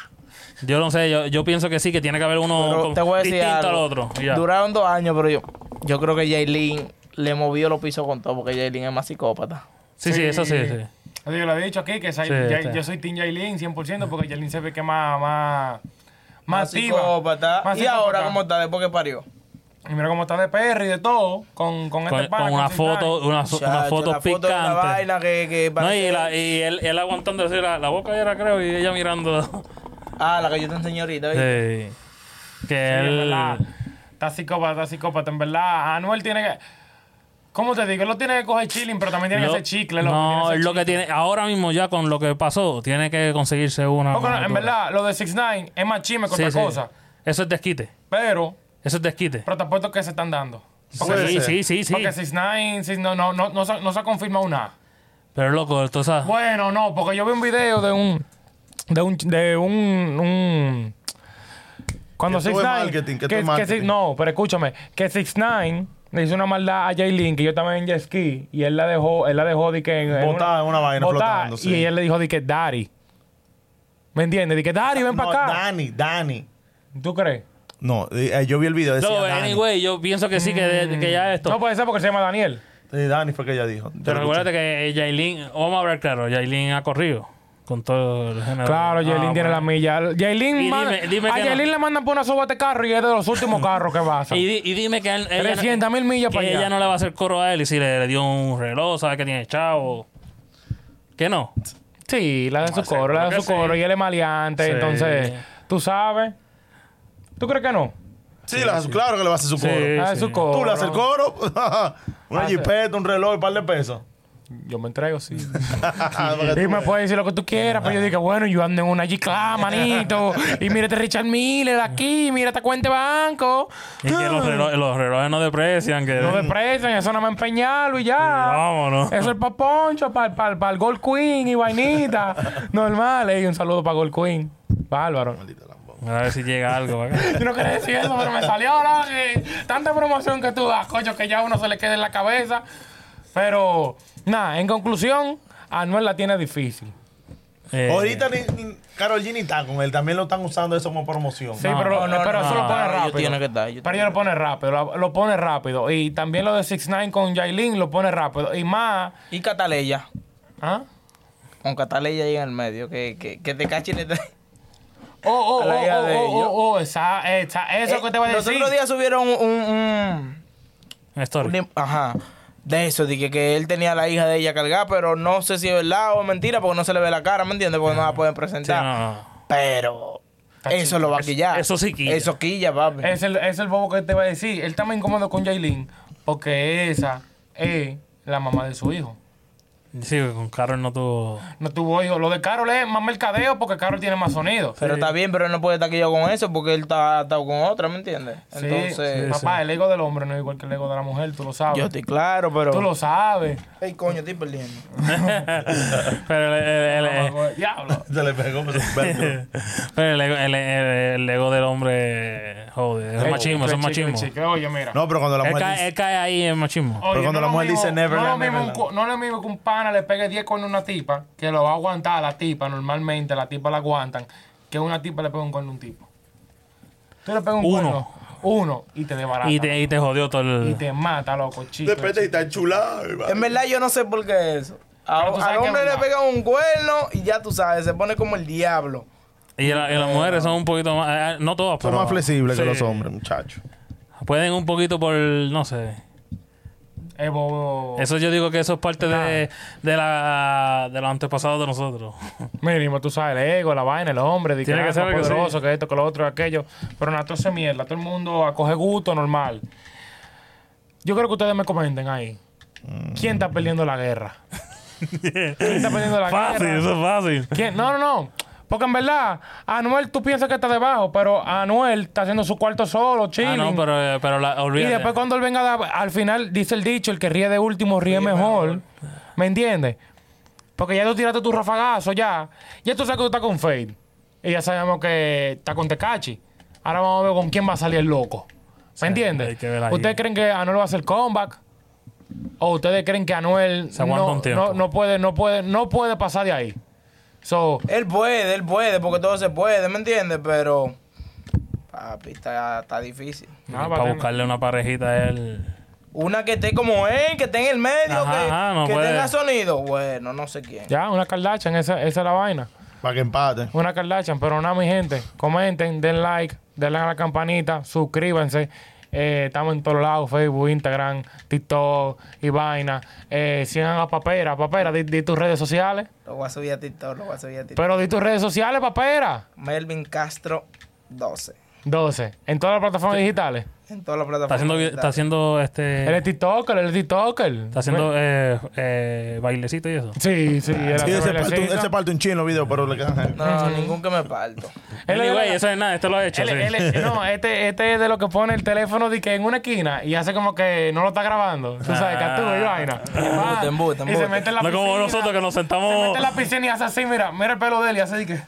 [SPEAKER 6] Yo no sé, yo, yo pienso que sí, que tiene que haber uno
[SPEAKER 2] Pero
[SPEAKER 6] como
[SPEAKER 2] te voy a decir
[SPEAKER 6] distinto
[SPEAKER 2] algo.
[SPEAKER 6] al otro. y ya.
[SPEAKER 2] Duraron dos años, pero yo, yo creo que Yailin le movió los pisos con todo, porque Yailin es más psicópata.
[SPEAKER 6] Sí, sí, eso sí, sí.
[SPEAKER 5] Eso Yo lo he dicho aquí, que esa-
[SPEAKER 6] Sí,
[SPEAKER 5] Ya-
[SPEAKER 6] sí.
[SPEAKER 5] yo soy Team Yailin 100% porque Yailin se ve que más, más, más
[SPEAKER 2] Más
[SPEAKER 5] activa.
[SPEAKER 2] psicópata.
[SPEAKER 5] Más
[SPEAKER 2] y ahora,
[SPEAKER 5] psicópata.
[SPEAKER 2] ¿cómo está? Después que parió.
[SPEAKER 5] Y mira cómo está de perro y de todo, con, con,
[SPEAKER 6] Con,
[SPEAKER 5] este pan.
[SPEAKER 6] con una foto, una, una
[SPEAKER 2] Chacho,
[SPEAKER 6] foto
[SPEAKER 2] la foto de la
[SPEAKER 6] picante.
[SPEAKER 2] vaina que, que
[SPEAKER 6] No, y,
[SPEAKER 2] parece-
[SPEAKER 6] la- y él, él aguantando así la, la boca era, creo, y ella mirando.
[SPEAKER 2] Ah, la que yo te enseñé ahorita. ¿viste?
[SPEAKER 6] Sí.
[SPEAKER 5] Sí,
[SPEAKER 6] Que
[SPEAKER 5] en
[SPEAKER 6] él.
[SPEAKER 5] verdad, Está psicópata, está psicópata. En verdad, Anuel tiene que. ¿Cómo te digo? Él lo tiene que coger chilling, pero también tiene
[SPEAKER 6] lo-
[SPEAKER 5] que hacer chicle. loco, tiene
[SPEAKER 6] no,
[SPEAKER 5] que
[SPEAKER 6] es
[SPEAKER 5] ser
[SPEAKER 6] lo que tiene. Ahora mismo, ya con lo que pasó, tiene que conseguirse una.
[SPEAKER 5] chicle. Loco,
[SPEAKER 6] una
[SPEAKER 5] en
[SPEAKER 6] dura.
[SPEAKER 5] verdad, lo de 6 9 es más chisme que
[SPEAKER 6] Sí,
[SPEAKER 5] otra
[SPEAKER 6] sí.
[SPEAKER 5] cosa.
[SPEAKER 6] Eso es desquite.
[SPEAKER 5] Pero,
[SPEAKER 6] Eso es desquite.
[SPEAKER 5] pero te apuesto que se están dando. Porque,
[SPEAKER 6] Sí,
[SPEAKER 7] ser.
[SPEAKER 6] sí, sí, sí.
[SPEAKER 5] porque 6 9 no, no, no, no, se, no se ha confirmado nada.
[SPEAKER 6] Pero loco, entonces.
[SPEAKER 5] Bueno, no, porque yo vi un video de un. de un. De un, un- cuando
[SPEAKER 7] Que
[SPEAKER 5] Six
[SPEAKER 7] todo es
[SPEAKER 5] Nine,
[SPEAKER 7] marketing, que todo es marketing.
[SPEAKER 5] Six- no, pero escúchame, que Six Nine le hizo una maldad a Jaylin, que yo también en jet ski, y él la dejó, él la dejó de que en,
[SPEAKER 7] Botada en una vaina flotando, sí.
[SPEAKER 5] Y ella le dijo de que Daddy. ¿Me entiendes? De que Daddy, ven
[SPEAKER 7] No,
[SPEAKER 5] para acá.
[SPEAKER 7] Dani, Dani.
[SPEAKER 5] ¿Tú crees?
[SPEAKER 7] No, eh, yo vi el video. Decía
[SPEAKER 6] Luego,
[SPEAKER 7] Dani.
[SPEAKER 6] anyway, yo pienso que sí, que, de- que ya esto.
[SPEAKER 5] No puede ser porque se llama Daniel.
[SPEAKER 7] Sí, Dani fue que ella dijo. Yo
[SPEAKER 6] Pero
[SPEAKER 7] lo
[SPEAKER 6] recuérdate que Yailin, vamos a hablar claro, Yailin ha corrido con todo el género.
[SPEAKER 5] Claro, Jaylin
[SPEAKER 6] Ah,
[SPEAKER 5] tiene
[SPEAKER 6] bueno.
[SPEAKER 5] la milla. Jaylin
[SPEAKER 6] Y
[SPEAKER 5] manda-
[SPEAKER 6] dime- dime
[SPEAKER 5] a
[SPEAKER 6] que no.
[SPEAKER 5] Jaylin le mandan por una soba de carro y es de los últimos carros que pasa.
[SPEAKER 6] Y, di- y dime que él, ella,
[SPEAKER 5] 300.000 millas
[SPEAKER 6] que
[SPEAKER 5] para allá.
[SPEAKER 6] ella no le va a hacer coro a él y si le, le dio un reloj, sabe que tiene chavo. ¿Qué no?
[SPEAKER 5] Sí, la de su coro, la de
[SPEAKER 6] Ah, seguro
[SPEAKER 5] su
[SPEAKER 6] que
[SPEAKER 5] coro.
[SPEAKER 6] sí.
[SPEAKER 5] Y él es maleante,
[SPEAKER 6] Sí.
[SPEAKER 5] entonces, tú sabes. ¿Tú crees que no?
[SPEAKER 7] escuché. Sí, la- claro que le va a hacer su coro.
[SPEAKER 6] Sí,
[SPEAKER 5] La de
[SPEAKER 6] sí.
[SPEAKER 5] su coro.
[SPEAKER 7] Tú le haces el coro, una
[SPEAKER 5] Hace-
[SPEAKER 7] jipeta, un reloj, un par de pesos.
[SPEAKER 5] Yo me entrego, sí.
[SPEAKER 7] Para que tú
[SPEAKER 5] y me
[SPEAKER 7] veas.
[SPEAKER 5] puedes decir lo que tú quieras, pero yo digo, bueno, yo ando en una G-Class, manito. Y mírate Richard Miller aquí, mírate cuenta de banco.
[SPEAKER 6] Y que los, relo- los relojes no deprecian, que...
[SPEAKER 5] No depresen, eso no me empeñarlo y ya.
[SPEAKER 6] Vámonos.
[SPEAKER 5] Eso es para Poncho, para el Gold Queen y vainita. Normal, ey, un saludo para Gold Queen. Bárbaro.
[SPEAKER 6] A ver si llega algo. acá.
[SPEAKER 5] Yo no quería decir eso, pero me salió ahora que tanta promoción que tú das, coño, que ya uno se le queda en la cabeza. Pero, nada, en conclusión, Anuel la tiene difícil.
[SPEAKER 6] Eh,
[SPEAKER 7] Ahorita ni, ni- Karol G ni está con él. También lo están usando eso como promoción. Ah.
[SPEAKER 5] Sí,
[SPEAKER 6] No,
[SPEAKER 5] pero,
[SPEAKER 2] no,
[SPEAKER 5] pero
[SPEAKER 2] no,
[SPEAKER 5] eso lo
[SPEAKER 2] no,
[SPEAKER 5] pone
[SPEAKER 2] ellos
[SPEAKER 5] rápido.
[SPEAKER 2] tienen que estar, ellos
[SPEAKER 5] pero ella lo pone rápido, lo, lo pone rápido. Y también lo de 6 9 con Jailin lo pone rápido. Y más,
[SPEAKER 2] Y Cataleya.
[SPEAKER 5] ¿ah?
[SPEAKER 2] Con Cataleya ahí en el medio. Que, que, que te cachen. el-
[SPEAKER 5] Oh, oh,
[SPEAKER 2] A
[SPEAKER 5] oh,
[SPEAKER 2] la hija
[SPEAKER 5] oh,
[SPEAKER 2] de
[SPEAKER 5] oh,
[SPEAKER 2] ellos.
[SPEAKER 5] oh, oh, esa, esa, eso
[SPEAKER 2] Eh,
[SPEAKER 5] que te voy a
[SPEAKER 2] Los
[SPEAKER 5] decir.
[SPEAKER 2] otros días subieron un, un-
[SPEAKER 6] Story.
[SPEAKER 2] un- un- Ajá. De eso, de que, que él tenía a la hija de ella cargada, pero no sé si es verdad o es mentira porque no se le ve la cara, ¿me entiendes? Porque no la pueden
[SPEAKER 6] Sí,
[SPEAKER 2] presentar.
[SPEAKER 6] no, no.
[SPEAKER 2] Pero eso
[SPEAKER 5] chido.
[SPEAKER 2] lo va a quillar.
[SPEAKER 6] eso sí quilla.
[SPEAKER 2] Eso quilla, papi.
[SPEAKER 5] Es el, es el bobo que te va a decir. Él está más incómodo con Jailin porque esa es la mamá de su hijo.
[SPEAKER 6] Sí, con Carol no tuvo...
[SPEAKER 5] No tuvo hijo. Lo de Carol es más mercadeo porque Carol tiene más sonido.
[SPEAKER 2] Pero está bien, pero él no puede estar quillado con eso porque él está atado con otra, ¿me entiendes?
[SPEAKER 5] Sí,
[SPEAKER 2] Entonces,
[SPEAKER 5] papá, el ego del hombre no es igual que el ego de la mujer, tú lo sabes.
[SPEAKER 2] yo estoy claro, pero.
[SPEAKER 5] Tú lo sabes.
[SPEAKER 2] Ey, coño, estoy perdiendo.
[SPEAKER 6] Pero el, el- el- el-
[SPEAKER 2] Eh.
[SPEAKER 5] Diablo.
[SPEAKER 7] Se le pegó. pero se perdió.
[SPEAKER 6] pero el ego- el- el- el ego del hombre... Joder, es machismo, es
[SPEAKER 5] Chicle,
[SPEAKER 6] machismo.
[SPEAKER 5] chicle, chicle. Oye, mira.
[SPEAKER 7] no, pero cuando la
[SPEAKER 6] Él
[SPEAKER 7] mujer
[SPEAKER 6] cae,
[SPEAKER 7] dice...
[SPEAKER 6] él cae ahí en machismo.
[SPEAKER 5] Oye,
[SPEAKER 7] cuando
[SPEAKER 5] no
[SPEAKER 7] la
[SPEAKER 5] lo
[SPEAKER 7] mujer
[SPEAKER 5] mismo-
[SPEAKER 7] dice never,
[SPEAKER 5] no lo,
[SPEAKER 7] never,
[SPEAKER 5] mismo un
[SPEAKER 7] never.
[SPEAKER 5] cu- no lo mismo que un pana le pegue 10 con una tipa, que lo va a aguantar a la tipa normalmente, la tipa la aguantan, que una tipa le pegue un cuerno a un tipo. Tú le pegas un
[SPEAKER 6] Uno.
[SPEAKER 5] cuerno, uno, y te desbarata.
[SPEAKER 6] Y te, y te jodió todo el...
[SPEAKER 5] y te mata, loco, chico.
[SPEAKER 7] Depende y está chulada.
[SPEAKER 2] En verdad, yo no sé por qué eso. A-
[SPEAKER 5] Pero tú sabes
[SPEAKER 2] al
[SPEAKER 5] que
[SPEAKER 2] hombre
[SPEAKER 5] es
[SPEAKER 2] le
[SPEAKER 5] verdad.
[SPEAKER 2] pegan un cuerno y ya tú sabes, se pone como el diablo.
[SPEAKER 6] Y, la- y las mujeres son un poquito más, eh, no todas,
[SPEAKER 7] Son
[SPEAKER 6] pero
[SPEAKER 7] más flexibles que
[SPEAKER 6] sí.
[SPEAKER 7] los hombres, muchachos.
[SPEAKER 6] Pueden un poquito por, no sé.
[SPEAKER 5] Es bobo.
[SPEAKER 6] Eso yo digo que eso es parte de, de, la, de los antepasados de nosotros.
[SPEAKER 5] Mínimo, tú sabes, el ego, la vaina, el hombre, de que
[SPEAKER 6] Tiene que
[SPEAKER 5] ah,
[SPEAKER 6] ser
[SPEAKER 5] más
[SPEAKER 6] que sí.
[SPEAKER 5] poderoso, que esto, que lo otro, que aquello. Pero nada, todo se mierda, todo el mundo acoge gusto normal. Yo creo que ustedes me comenten ahí. ¿Quién está perdiendo la guerra? ¿Quién está perdiendo la
[SPEAKER 6] fácil,
[SPEAKER 5] guerra?
[SPEAKER 6] eso es fácil.
[SPEAKER 5] ¿Quién? No, no, no. Porque en verdad, Anuel tú piensas que está debajo, pero Anuel está haciendo su cuarto solo, chilling.
[SPEAKER 6] Ah, no, pero, eh, pero la,
[SPEAKER 5] Y
[SPEAKER 6] olvídate.
[SPEAKER 5] después cuando él venga, a dar- al final dice el dicho, el que ríe de último ríe mejor. ¿Me entiendes? Porque ya tú tiraste tu rafagazo, ya. Ya tú sabes que tú estás con Fade. Y ya sabemos que está con Tecachi. Ahora vamos a ver con quién va a salir el loco. ¿Me
[SPEAKER 6] hay
[SPEAKER 5] entiendes?
[SPEAKER 6] que ver ahí.
[SPEAKER 5] ¿Ustedes creen que Anuel va a hacer comeback? ¿O ustedes creen que Anuel
[SPEAKER 6] Se aguanta
[SPEAKER 5] no,
[SPEAKER 6] un tiempo.
[SPEAKER 5] no, no puede, no puede, no puede pasar de ahí? So,
[SPEAKER 2] Él puede, él puede, porque todo se puede, ¿me entiendes? Pero. Papi, está, está difícil.
[SPEAKER 5] nada, Ah, va a
[SPEAKER 6] para
[SPEAKER 5] tener-
[SPEAKER 6] buscarle una parejita a él.
[SPEAKER 2] Una que esté como él, que esté en el medio,
[SPEAKER 6] Ajá,
[SPEAKER 2] que,
[SPEAKER 6] ajá, no
[SPEAKER 2] que
[SPEAKER 6] puede.
[SPEAKER 2] tenga sonido. Bueno, no sé quién.
[SPEAKER 5] Ya, una Kardashian, esa, esa es la vaina.
[SPEAKER 7] Para que empaten.
[SPEAKER 5] Una Kardashian, pero nada, mi gente. Comenten, den like, denle a la campanita, suscríbanse. Eh, estamos en todos lados, Facebook, Instagram, TikTok y vaina. Eh, sigan a Papera. Papera, di, di tus redes sociales.
[SPEAKER 2] Lo voy a subir a TikTok, lo voy a subir a TikTok.
[SPEAKER 5] Pero di tus redes sociales, Papera.
[SPEAKER 2] Melvin Castro 12.
[SPEAKER 5] 12. En todas las plataformas digitales.
[SPEAKER 2] En todas las
[SPEAKER 6] Está
[SPEAKER 2] plataformas.
[SPEAKER 6] haciendo, vi- está haciendo este.
[SPEAKER 5] Eres TikToker, eres TikToker.
[SPEAKER 6] Está haciendo eh, eh, bailecito y eso.
[SPEAKER 5] Sí, sí, era
[SPEAKER 7] Sí, él se
[SPEAKER 5] sobre la
[SPEAKER 7] parte un- él
[SPEAKER 5] cinta.
[SPEAKER 7] se parte un chino en los videos, pero le quedan ahí.
[SPEAKER 2] No, ningún que me parto.
[SPEAKER 5] Él
[SPEAKER 6] Anyway,
[SPEAKER 5] era-
[SPEAKER 6] eso es nada, esto lo ha hecho.
[SPEAKER 5] él-
[SPEAKER 6] sí.
[SPEAKER 5] él- no, este, este es de lo que pone el teléfono de que en una esquina y hace como que no lo está grabando. Tú sabes,
[SPEAKER 6] Ah.
[SPEAKER 5] captura y vaina. Y va,
[SPEAKER 2] Embute, embute,
[SPEAKER 5] Y se
[SPEAKER 2] embute.
[SPEAKER 5] mete en la
[SPEAKER 6] no
[SPEAKER 5] piscina.
[SPEAKER 6] como nosotros que nos
[SPEAKER 5] Se mete
[SPEAKER 6] sentamos.
[SPEAKER 5] en la piscina y hace así, mira, mira el pelo de él y hace así que...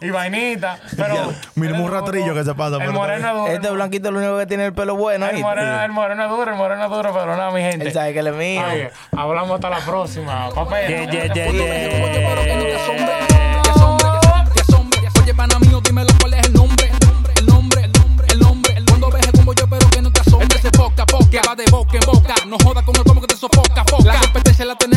[SPEAKER 5] y vainita. Pero...
[SPEAKER 7] Mira,
[SPEAKER 5] él
[SPEAKER 7] un
[SPEAKER 5] es
[SPEAKER 7] rastrillo
[SPEAKER 5] duro.
[SPEAKER 7] que se pasa.
[SPEAKER 5] El
[SPEAKER 7] pero-
[SPEAKER 5] moreno es duro.
[SPEAKER 2] Este blanquito es el único que tiene el pelo bueno.
[SPEAKER 5] El
[SPEAKER 2] ahí.
[SPEAKER 5] moreno, el moreno es duro, el moreno es duro, pero nada, mi gente.
[SPEAKER 2] Él sabe que le mío.
[SPEAKER 5] Oye, hablamos hasta la próxima. Papel.
[SPEAKER 6] Yeah, yeah, yeah,
[SPEAKER 3] Como te paro que no te
[SPEAKER 6] yeah.
[SPEAKER 3] asombre, te asombre, te asombre. Oye, pana mío, dímelo cuál es el nombre. El nombre, el nombre, el nombre. Cuando veje como yo, pero que no te asombre. Este se foca, foca, va de boca en boca. No joda con el como que te sofoca, foca. La competencia la tenemos.